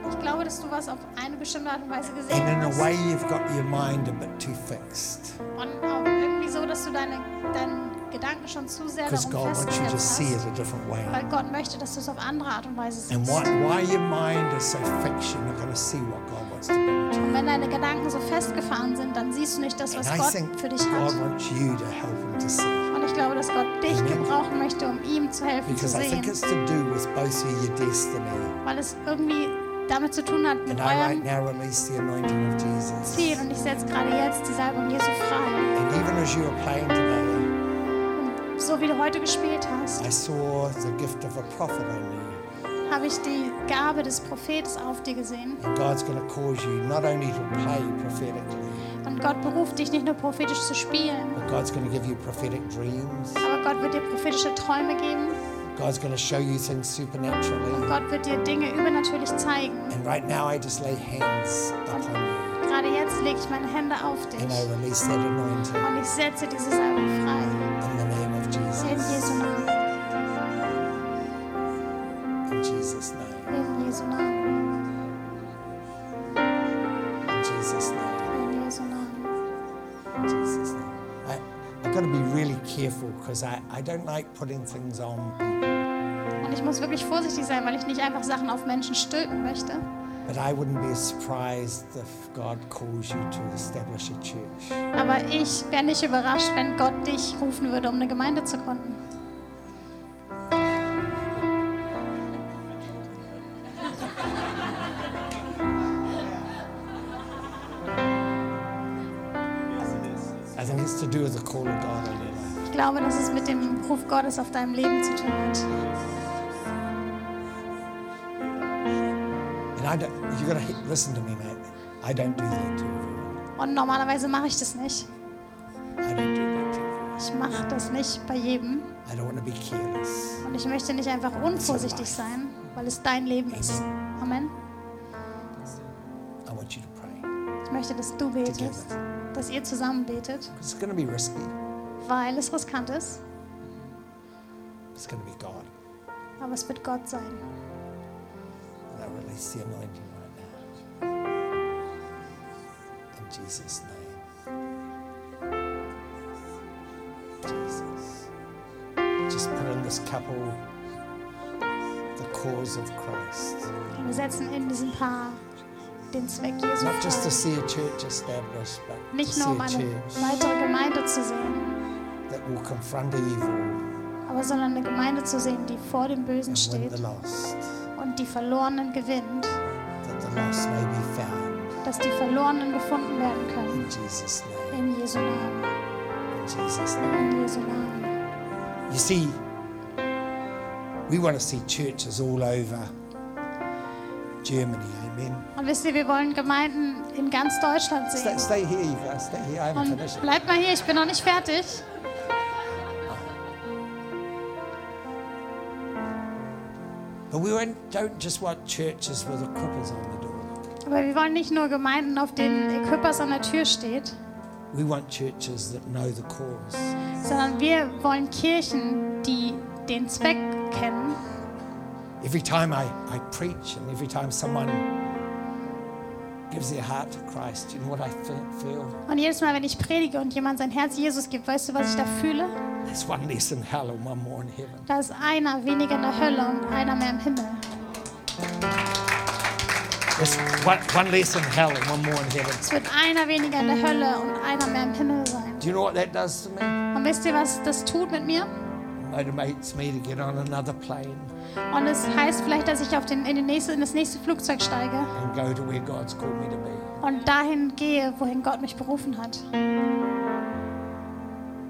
Speaker 3: Und ich glaube, dass du was auf eine bestimmte Art und Weise
Speaker 4: and
Speaker 3: gesehen
Speaker 4: in
Speaker 3: hast.
Speaker 4: a way, you've got your mind a bit too fixed
Speaker 3: Und auch irgendwie so, dass du deine, deinen Gedanken schon zu sehr
Speaker 4: because
Speaker 3: darum
Speaker 4: God wants you
Speaker 3: festgesetzt
Speaker 4: to see it
Speaker 3: hast.
Speaker 4: a different way.
Speaker 3: Weil Gott möchte, dass du es auf andere Art und Weise
Speaker 4: And
Speaker 3: siehst.
Speaker 4: what, why your mind is so fixed, you're not going to see what God wants to do. to you.
Speaker 3: Und wenn deine Gedanken so festgefahren sind, dann siehst du nicht das,
Speaker 4: And
Speaker 3: was
Speaker 4: I
Speaker 3: Gott
Speaker 4: think
Speaker 3: für dich hat.
Speaker 4: God wants you to help him to see.
Speaker 3: Und ich glaube, dass Gott dich gebrauchen möchte, um ihm zu helfen zu
Speaker 4: Because I think
Speaker 3: sehen.
Speaker 4: it's to do with both of your destiny.
Speaker 3: Weil es irgendwie damit zu tun hat mit
Speaker 4: And I right
Speaker 3: eurem
Speaker 4: now release the anointing of Jesus.
Speaker 3: Ziel. Und ich setze gerade jetzt die Salbung Jesu frei.
Speaker 4: And even as you were playing today,
Speaker 3: Und so wie du heute gespielt hast,
Speaker 4: I saw the gift of a prophet on you.
Speaker 3: habe ich die Gabe des Prophets auf dir gesehen.
Speaker 4: And God's going to cause you not only to play prophetically,
Speaker 3: Und Gott beruft dich nicht nur prophetisch zu spielen,
Speaker 4: but God's going to give you prophetic dreams.
Speaker 3: aber Gott wird dir prophetische Träume geben.
Speaker 4: God's going to show you things supernaturally.
Speaker 3: Gott wird dir Dinge übernatürlich zeigen.
Speaker 4: And right now, I just lay hands upon
Speaker 3: Gerade jetzt lege ich meine Hände auf dich
Speaker 4: you. And I release that anointing
Speaker 3: und ich setze dieses Album frei.
Speaker 4: in the name of
Speaker 3: In Jesu
Speaker 4: Jesus.
Speaker 3: Namen.
Speaker 4: Jesus' name.
Speaker 3: In Jesu Namen.
Speaker 4: Jesus' name. I, I've got to be really careful because I, I don't like putting things on people,
Speaker 3: Und ich muss wirklich vorsichtig sein, weil ich nicht einfach Sachen auf Menschen stülpen möchte.
Speaker 4: but I wouldn't be surprised if God calls you to establish a church.
Speaker 3: Aber ich wäre nicht überrascht, wenn Gott dich rufen würde, um eine Gemeinde zu gründen.
Speaker 4: I think it's to do with the call of God on your life.
Speaker 3: Ich glaube, dass es mit dem Ruf Gottes auf deinem Leben zu tun hat.
Speaker 4: And I don't, you've got to listen to me, mate. I don't do that to everyone.
Speaker 3: Und normalerweise mache ich das nicht.
Speaker 4: I don't do that to everyone.
Speaker 3: Ich mache das nicht bei jedem.
Speaker 4: I don't want to be careless.
Speaker 3: Und ich möchte nicht einfach unvorsichtig sein, weil es dein Leben ist. Amen.
Speaker 4: I want you to pray.
Speaker 3: Ich möchte, dass du betest, dass ihr zusammen betet,
Speaker 4: 'Cause It's going to be risky.
Speaker 3: weil es riskant ist,
Speaker 4: It's going to be God.
Speaker 3: aber es wird Gott sein.
Speaker 4: And I release the anointing right now. In Jesus' name. Jesus. Just put in this couple the cause of Christ.
Speaker 3: Wir setzen in diesem Paar den Zweck Jesu
Speaker 4: Not just
Speaker 3: frei.
Speaker 4: to see a church established, but to
Speaker 3: Nicht nur, um eine
Speaker 4: see a church
Speaker 3: weitere Gemeinde zu sehen,
Speaker 4: that will confront the evil
Speaker 3: aber sondern eine Gemeinde zu sehen, die vor dem Bösen
Speaker 4: and win
Speaker 3: steht
Speaker 4: the lost.
Speaker 3: und die Verlorenen gewinnt,
Speaker 4: That the lost may be found.
Speaker 3: dass die Verlorenen gefunden werden können.
Speaker 4: In Jesus' name.
Speaker 3: In Jesu Namen.
Speaker 4: In Jesus' name.
Speaker 3: In Jesu Namen.
Speaker 4: You see, we want to see churches all over Germany, amen.
Speaker 3: Und wisst ihr, wir wollen Gemeinden in ganz Deutschland
Speaker 4: Stay,
Speaker 3: sehen.
Speaker 4: stay here, you guys, stay here. I haven't
Speaker 3: Und
Speaker 4: finished.
Speaker 3: bleibt mal hier, ich bin noch nicht fertig.
Speaker 4: But we won't, don't just want churches with equippers on the door.
Speaker 3: Aber wir wollen nicht nur Gemeinden, auf denen Equippers an der Tür steht,
Speaker 4: We want churches that know the cause.
Speaker 3: sondern wir wollen Kirchen, die den Zweck kennen.
Speaker 4: Every time I, I preach and every time someone gives their heart to Christ, you know what I fe- feel?
Speaker 3: Und jedes Mal, wenn ich predige und jemand sein Herz Jesus gibt, weißt du, was ich da fühle?
Speaker 4: That's one less in hell and one more in heaven.
Speaker 3: Da ist einer weniger in der Hölle und einer mehr im Himmel.
Speaker 4: It's one, one less in hell and one more in heaven.
Speaker 3: Es wird einer weniger in der Hölle und einer mehr im Himmel sein.
Speaker 4: Do you know what that does to me?
Speaker 3: Und wisst ihr, was das tut mit mir?
Speaker 4: motivates me to get on another plane
Speaker 3: Und es heißt vielleicht, dass ich auf den, in, den nächste, in das nächste Flugzeug steige
Speaker 4: and go to where God's called me to be.
Speaker 3: und dahin gehe, wohin Gott mich berufen hat.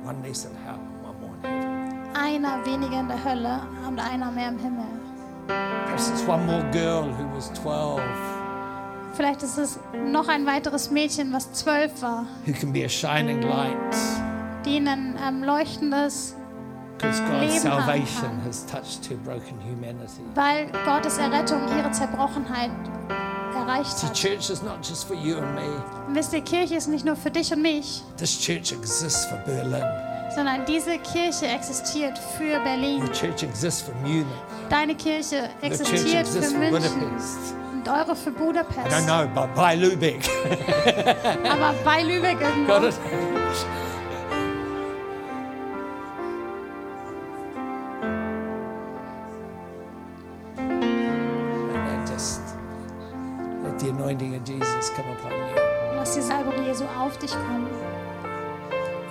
Speaker 4: One less in hell, one more in heaven.
Speaker 3: Einer weniger in der Hölle und einer mehr im Himmel.
Speaker 4: Perhaps it's one more girl who was 12
Speaker 3: Vielleicht ist es noch ein weiteres Mädchen, was zwölf war,
Speaker 4: who can be a shining light
Speaker 3: die ein ähm, leuchtendes,
Speaker 4: because
Speaker 3: Leben
Speaker 4: God's salvation
Speaker 3: haben.
Speaker 4: has touched her broken humanity.
Speaker 3: weil Gottes Errettung ihre Zerbrochenheit erreicht
Speaker 4: See,
Speaker 3: hat.
Speaker 4: church is not just for you and me.
Speaker 3: Und wisst ihr, Kirche ist nicht nur für dich und mich,
Speaker 4: This church exists for Berlin.
Speaker 3: sondern diese Kirche existiert für
Speaker 4: Your
Speaker 3: Berlin.
Speaker 4: church exists for Munich.
Speaker 3: Deine Kirche
Speaker 4: Your church
Speaker 3: existiert
Speaker 4: exists
Speaker 3: für
Speaker 4: for
Speaker 3: München
Speaker 4: Budapest.
Speaker 3: und eure für
Speaker 4: I don't
Speaker 3: Budapest.
Speaker 4: know, but by Lubeck.
Speaker 3: Aber bei Lübeck
Speaker 4: Got
Speaker 3: irgendwo.
Speaker 4: it? And I just let the anointing of Jesus come upon you.
Speaker 3: Lass die Salbung Jesu auf dich kommen.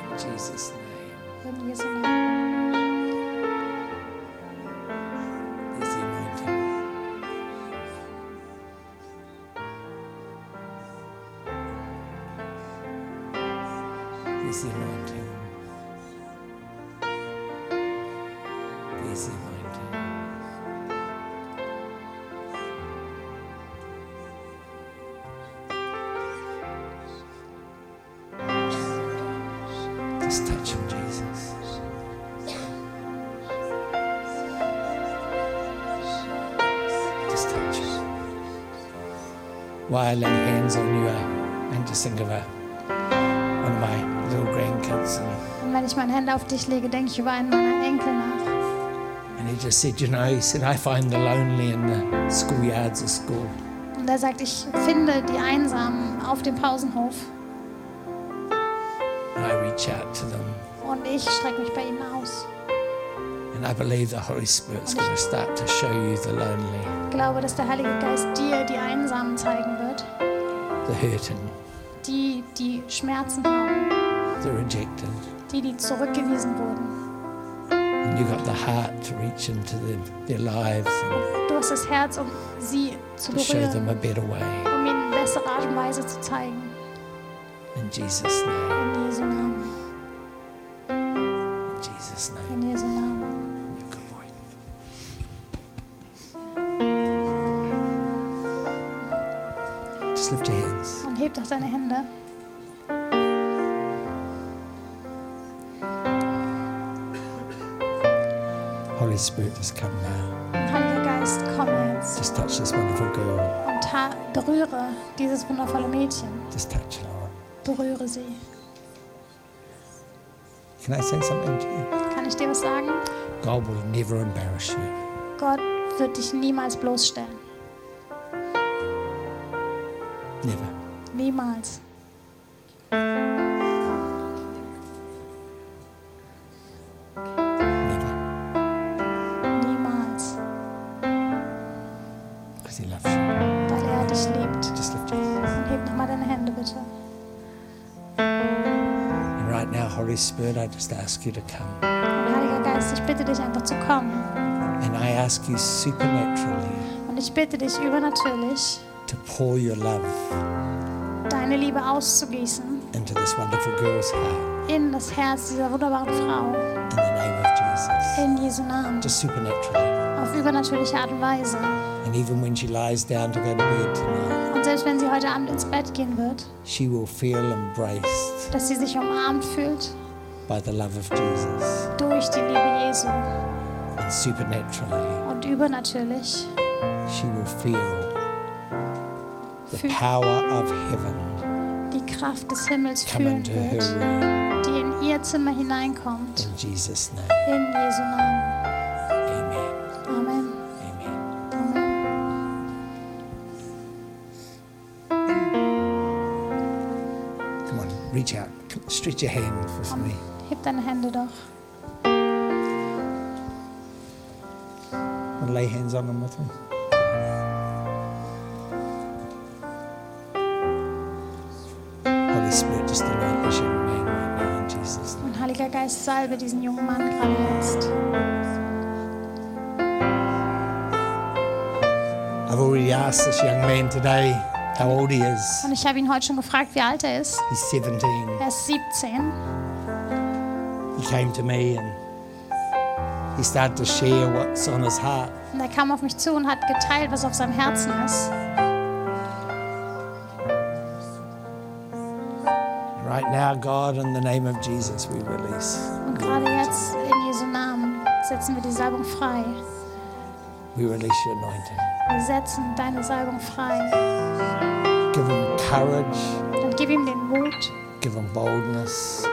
Speaker 4: In Jesus' name.
Speaker 3: In Jesu Namen.
Speaker 4: There's the anointing. There's the anointing. There's the anointing. Just touch him, Jesus. Just touch him. While I lay hands on you, I and just think of a, one of my little grandkids, and,
Speaker 3: Und wenn ich meine Hände auf dich lege, denke ich über einen meiner Enkel nach.
Speaker 4: and he just said, you know, he said, I find the lonely in the schoolyards of school.
Speaker 3: Und Und er sagt, ich finde die Einsamen auf dem Pausenhof
Speaker 4: and I reach out to them.
Speaker 3: und ich strecke mich bei ihnen aus.
Speaker 4: And I believe the Holy Spirit's going to start to show you the lonely,
Speaker 3: Ich glaube, dass der Heilige Geist dir die Einsamen zeigen wird,
Speaker 4: the hurting,
Speaker 3: die, die Schmerzen haben,
Speaker 4: the rejected.
Speaker 3: die, die zurückgewiesen wurden.
Speaker 4: And you got the heart to reach into them, their lives and
Speaker 3: Du hast das Herz, um sie zu
Speaker 4: to show them a
Speaker 3: berühren,
Speaker 4: better way.
Speaker 3: um ihnen bessere Art und Weise zu zeigen.
Speaker 4: In Jesus' name.
Speaker 3: In Jesu Namen.
Speaker 4: In Jesus' name.
Speaker 3: In Jesu Namen.
Speaker 4: Good boy. Just lift your hands.
Speaker 3: Und heb doch deine Hände.
Speaker 4: Holy Spirit, just come now.
Speaker 3: Heiliger Geist, komm jetzt
Speaker 4: Just touch this wonderful girl.
Speaker 3: und ta- berühre dieses wundervolle Mädchen.
Speaker 4: Just touch her. Lord.
Speaker 3: Berühre sie.
Speaker 4: Can I say something to you?
Speaker 3: Kann ich dir was sagen?
Speaker 4: God will never embarrass you.
Speaker 3: Gott wird dich niemals bloßstellen.
Speaker 4: Never.
Speaker 3: Niemals.
Speaker 4: Never.
Speaker 3: Niemals.
Speaker 4: Because he loves you.
Speaker 3: Weil er dich liebt.
Speaker 4: Just lift your hands.
Speaker 3: Und heb nochmal deine Hände, bitte.
Speaker 4: And right now, Holy Spirit, I just ask you to come.
Speaker 3: Und Heiliger Geist, ich bitte dich einfach zu kommen.
Speaker 4: And I ask you supernaturally
Speaker 3: Und ich bitte dich übernatürlich,
Speaker 4: to pour your love
Speaker 3: deine Liebe auszugießen
Speaker 4: into this wonderful girl's heart
Speaker 3: in das Herz dieser wunderbaren Frau.
Speaker 4: in the name of Jesus.
Speaker 3: In Jesu Namen.
Speaker 4: Just supernaturally.
Speaker 3: Auf übernatürliche Art und Weise.
Speaker 4: And even when she lies down to go to bed tonight,
Speaker 3: Und selbst wenn sie heute Abend ins Bett gehen wird,
Speaker 4: she will feel embraced
Speaker 3: dass sie sich umarmt fühlt
Speaker 4: by the love of Jesus.
Speaker 3: durch die Liebe Jesu.
Speaker 4: And supernaturally,
Speaker 3: Und übernatürlich
Speaker 4: she will feel the
Speaker 3: fühlt
Speaker 4: power of heaven
Speaker 3: die Kraft des Himmels
Speaker 4: come
Speaker 3: fühlen
Speaker 4: into
Speaker 3: wird,
Speaker 4: her room
Speaker 3: die in ihr Zimmer hineinkommt.
Speaker 4: in Jesus' name.
Speaker 3: In Jesu Namen.
Speaker 4: Amen.
Speaker 3: Amen.
Speaker 4: Amen.
Speaker 3: Amen.
Speaker 4: Come on, reach out. Come- Stretch your hand with me.
Speaker 3: Heb deine Hände doch.
Speaker 4: And lay hands on them with me. Holy Spirit, just anoint this young man right now in Jesus' name.
Speaker 3: Und Heiliger Geist, salbe diesen jungen Mann gerade jetzt.
Speaker 4: I've already asked this young man today how old he is.
Speaker 3: Und ich habe ihn heute schon gefragt, wie alt er ist.
Speaker 4: He's 17.
Speaker 3: Er ist 17.
Speaker 4: He came to me and he started to share what's on his heart.
Speaker 3: Und er kam auf mich zu und hat geteilt, was auf seinem Herzen ist.
Speaker 4: Right now, God, in the name of Jesus, we release.
Speaker 3: Und gerade jetzt, in Jesu Namen, setzen wir die Salbung frei.
Speaker 4: We release your anointing.
Speaker 3: Wir setzen deine Salbung frei.
Speaker 4: Give him courage.
Speaker 3: Und gib ihm den Mut.
Speaker 4: Give him boldness.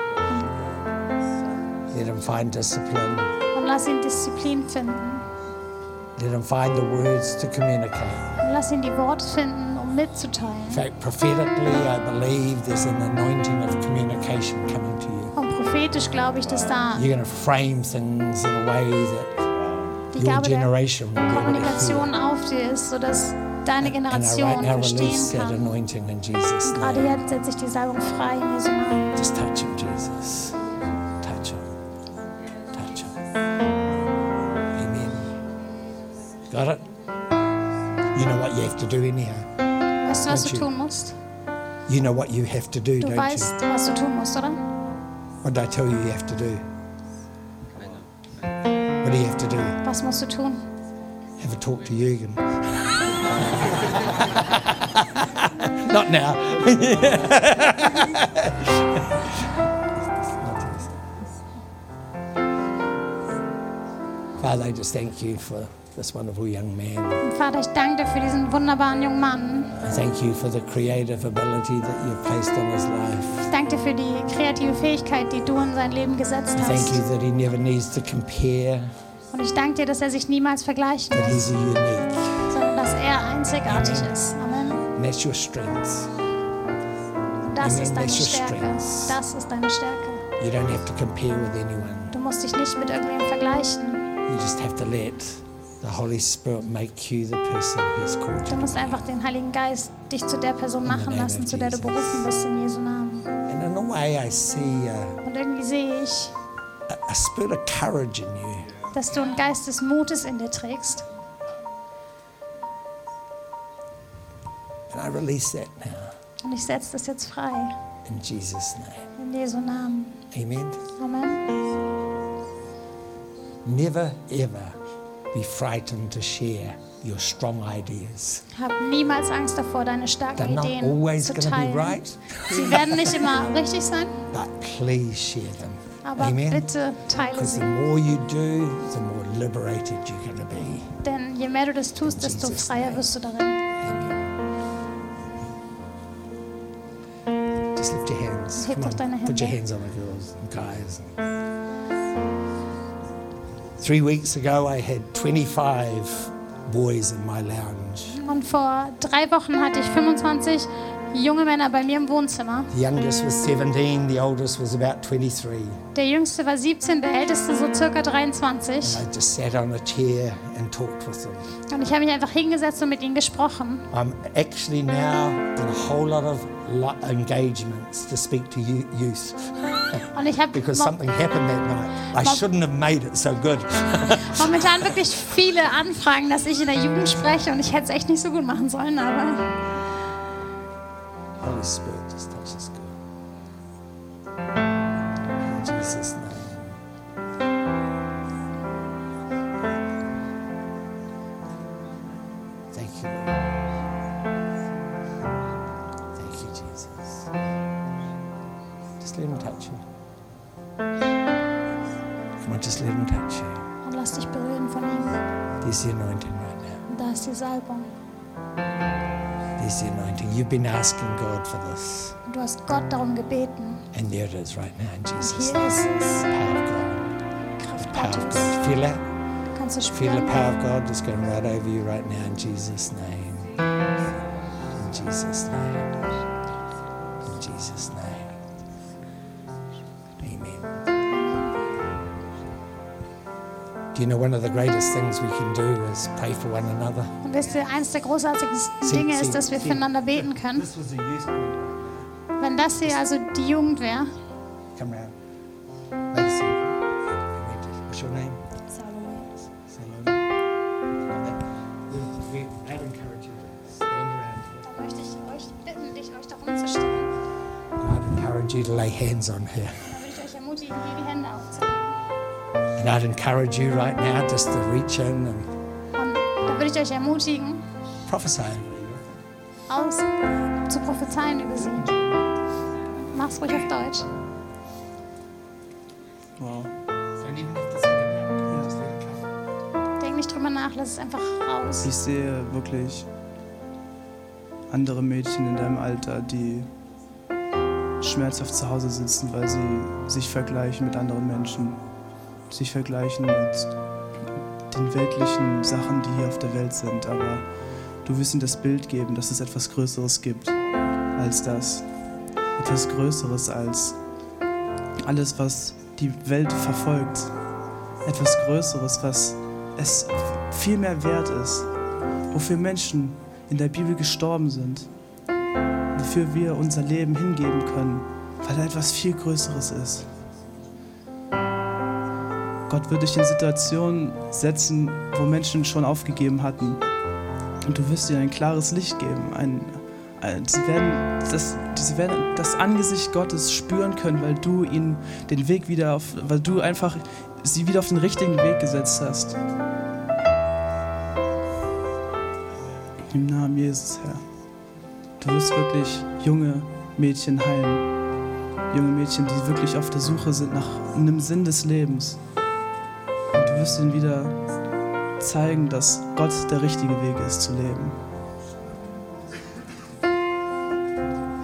Speaker 4: Let him find discipline.
Speaker 3: Und lass ihn Disziplin finden.
Speaker 4: Let him find the words to communicate.
Speaker 3: Und lass ihn die Worte finden, um
Speaker 4: In
Speaker 3: mitzuteilen.
Speaker 4: fact, prophetically, I believe there's an anointing of communication coming to you.
Speaker 3: Und prophetisch glaube ich, dass da
Speaker 4: You're going to frame things in a way that
Speaker 3: die
Speaker 4: your
Speaker 3: Gabe der
Speaker 4: generation will be able to hear.
Speaker 3: Kommunikation auf dir ist, sodass deine
Speaker 4: And I right
Speaker 3: Generation
Speaker 4: now release
Speaker 3: verstehen
Speaker 4: that
Speaker 3: kann.
Speaker 4: anointing in Jesus'
Speaker 3: Gerade
Speaker 4: name.
Speaker 3: jetzt setze ich die Salbung frei in Jesu Namen.
Speaker 4: Just touch him, Jesus. Touch him. Touch him. Amen. Got it? You know what you have to do anyhow.
Speaker 3: Weißt du, was du
Speaker 4: Thank you.
Speaker 3: tun musst?
Speaker 4: You know what you have to do,
Speaker 3: Du
Speaker 4: don't
Speaker 3: weißt, was du tun musst, oder?
Speaker 4: you? What did I tell you you have to do? What do you have to do?
Speaker 3: Was musst du tun?
Speaker 4: Have a talk to Jürgen. <laughs> Not now. <laughs> Father, I just thank you for this wonderful young man.
Speaker 3: Und Vater, ich danke dir für diesen wunderbaren jungen Mann.
Speaker 4: I thank you for the creative ability that you've placed on his life.
Speaker 3: Ich danke dir für die kreative Fähigkeit, die du in sein Leben gesetzt
Speaker 4: I thank you
Speaker 3: hast.
Speaker 4: that he never needs to compare,
Speaker 3: Und ich danke dir, dass er sich niemals vergleichen
Speaker 4: that
Speaker 3: muss,
Speaker 4: he's a unique.
Speaker 3: sondern dass er einzigartig ist. Amen.
Speaker 4: And that's your strengths.
Speaker 3: Das
Speaker 4: Amen.
Speaker 3: ist deine
Speaker 4: That's your
Speaker 3: Stärke.
Speaker 4: strength.
Speaker 3: Das ist deine Stärke.
Speaker 4: You don't have to compare with anyone.
Speaker 3: Du musst dich nicht mit irgendwem vergleichen.
Speaker 4: You just have to let the Holy Spirit make you the person He's called
Speaker 3: Du
Speaker 4: you.
Speaker 3: musst einfach den Heiligen Geist dich zu der Person machen
Speaker 4: name
Speaker 3: lassen,
Speaker 4: of
Speaker 3: zu der du
Speaker 4: Jesus.
Speaker 3: berufen bist in Jesu Namen.
Speaker 4: And in a way, I see a,
Speaker 3: Und irgendwie sehe ich,
Speaker 4: a, a spirit of courage in you.
Speaker 3: dass du einen Geist des Mutes in dir trägst.
Speaker 4: And I release that now
Speaker 3: Und ich setze das jetzt frei.
Speaker 4: in Jesus' name.
Speaker 3: In Jesu Namen.
Speaker 4: Amen.
Speaker 3: Amen.
Speaker 4: Never, ever be frightened to share your strong ideas.
Speaker 3: Hab niemals Angst davor, deine
Speaker 4: They're
Speaker 3: starken
Speaker 4: not
Speaker 3: Ideen
Speaker 4: always
Speaker 3: zu
Speaker 4: going to be
Speaker 3: teilen.
Speaker 4: right,
Speaker 3: Sie werden nicht immer richtig sein,
Speaker 4: but please share them.
Speaker 3: aber
Speaker 4: Amen.
Speaker 3: bitte teile
Speaker 4: Because the
Speaker 3: sie.
Speaker 4: more you do, the more liberated you're going to be.
Speaker 3: Denn je mehr du das tust, desto
Speaker 4: Jesus'
Speaker 3: freier
Speaker 4: name.
Speaker 3: wirst du darin.
Speaker 4: Amen. Just lift your hands.
Speaker 3: Heb
Speaker 4: Come
Speaker 3: doch deine
Speaker 4: on, put your
Speaker 3: Hände.
Speaker 4: hands on the girls and guys. Three weeks ago, I had 25 boys in my lounge.
Speaker 3: Und vor drei Wochen hatte ich 25 junge Männer bei mir im Wohnzimmer.
Speaker 4: The youngest was 17, the oldest was about 23.
Speaker 3: Der jüngste war 17, der älteste so circa 23.
Speaker 4: I just sat on a chair and talked with them.
Speaker 3: Und ich habe mich einfach hingesetzt und mit ihnen gesprochen.
Speaker 4: I'm actually now in a whole lot of lo- engagements to speak to you- youth
Speaker 3: Und ich habe
Speaker 4: because
Speaker 3: mo-
Speaker 4: something happened that night. I
Speaker 3: Mom-
Speaker 4: shouldn't have made it so good.
Speaker 3: momentan wirklich viele Anfragen, dass ich in der
Speaker 4: Ah.
Speaker 3: Jugend spreche. Und ich hätte es echt nicht so gut machen sollen, aber
Speaker 4: Holy Spirit just touches good. In Jesus' name. Thank you, Lord. Thank you, Jesus. Just let him touch you. Come on, just let him touch you.
Speaker 3: und lass dich berühren von ihm.
Speaker 4: There's the anointing right now.
Speaker 3: Und da ist die Salbung.
Speaker 4: There's the anointing. You've been asking God for this.
Speaker 3: Und du hast Gott darum gebeten.
Speaker 4: And there it is right now in
Speaker 3: Und
Speaker 4: Jesus'
Speaker 3: hier
Speaker 4: name.
Speaker 3: ist es.
Speaker 4: power of God.
Speaker 3: Kraft
Speaker 4: Power of
Speaker 3: Gottes.
Speaker 4: God. Feel that?
Speaker 3: Kannst du
Speaker 4: Feel the
Speaker 3: spüren?
Speaker 4: power of God just going right over you right now in Jesus' name. In Jesus' name. In Jesus' name. Amen. Do you know one of the greatest things we can do is pray for one another?
Speaker 3: Und wisst ihr, eins der großartigsten
Speaker 4: Sie-
Speaker 3: Dinge
Speaker 4: Sie-
Speaker 3: ist, dass wir
Speaker 4: Sie-
Speaker 3: füreinander beten können.
Speaker 5: This was a youth group.
Speaker 3: Wenn das hier also die Jugend wäre,
Speaker 4: Come round. Have a seat. What's your name? Salome. We- I'd encourage you to stand around.
Speaker 3: dann möchte ich euch bitten, dich euch darum zu stellen.
Speaker 4: I'd encourage you to lay hands on her.
Speaker 3: Dann würde ich euch ermutigen, hier die Hände aufzunehmen.
Speaker 4: And I'd encourage you right now just to reach in and
Speaker 3: Und dann würde ich euch ermutigen,
Speaker 4: prophesy over you.
Speaker 3: aus zu prophezeien über sie. Mach's ruhig auf Deutsch.
Speaker 4: Don't even have to sing it out. Just let it come.
Speaker 3: Denk nicht drüber nach, lass es einfach raus.
Speaker 5: Ich sehe wirklich andere Mädchen in deinem Alter, die schmerzhaft zu Hause sitzen, weil sie sich vergleichen mit anderen Menschen, sich vergleichen mit den weltlichen Sachen, die hier auf der Welt sind. Aber du wirst ihnen das Bild geben, dass es etwas Größeres gibt als das. Etwas Größeres als alles, was die Welt verfolgt. Etwas Größeres, was es viel mehr wert ist, wofür Menschen in der Bibel gestorben sind, wofür wir unser Leben hingeben können, weil da etwas viel Größeres ist. Gott wird dich in Situationen setzen, wo Menschen schon aufgegeben hatten. Und du wirst ihnen ein klares Licht geben. Ein, ein, sie, werden das, sie werden das Angesicht Gottes spüren können, weil du ihnen den Weg wieder auf, weil du einfach sie wieder auf den richtigen Weg gesetzt hast. Im Namen Jesus, Herr. Du wirst wirklich junge Mädchen heilen. Junge Mädchen, die wirklich auf der Suche sind nach einem Sinn des Lebens. Und du wirst ihnen wieder zeigen, dass Gott der richtige Weg ist zu leben.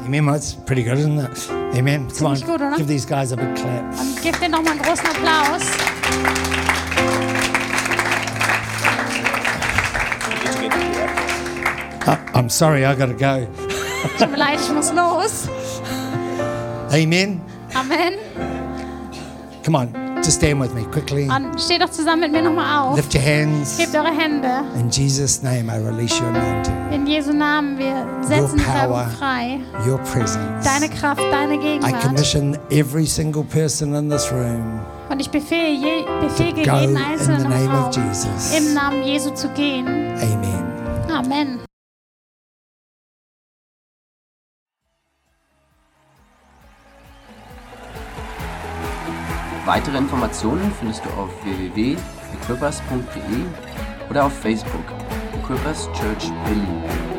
Speaker 4: Amen. Well, That's pretty good, isn't it? Amen. Come
Speaker 3: Ziemlich gut,
Speaker 4: on.
Speaker 3: oder?
Speaker 4: Give these guys a big clap.
Speaker 3: Und gebt denen nochmal einen großen Applaus.
Speaker 4: I, I'm sorry, I got to go.
Speaker 3: Tut mir leid, ich muss los.
Speaker 4: Amen.
Speaker 3: Amen.
Speaker 4: Come on, just stand with me quickly.
Speaker 3: Und steht doch zusammen mit mir nochmal auf.
Speaker 4: Lift your hands.
Speaker 3: Hebt eure Hände.
Speaker 4: In Jesus' name, I release your anointing,
Speaker 3: In Jesu Namen, wir setzen
Speaker 4: Your
Speaker 3: dich
Speaker 4: power.
Speaker 3: einfach frei.
Speaker 4: your presence.
Speaker 3: Deine Kraft, deine
Speaker 4: I
Speaker 3: Gegenwart.
Speaker 4: commission every single person in this room
Speaker 3: Und ich befehle, je, befähige
Speaker 4: go in
Speaker 3: jeden
Speaker 4: the
Speaker 3: Einzelnen im
Speaker 4: name of
Speaker 3: Raum, im
Speaker 4: Jesus.
Speaker 3: Namen Jesu zu gehen.
Speaker 4: Amen.
Speaker 3: Amen.
Speaker 1: Weitere Informationen findest du auf www.equippers.de oder auf Facebook Equippers Church Berlin.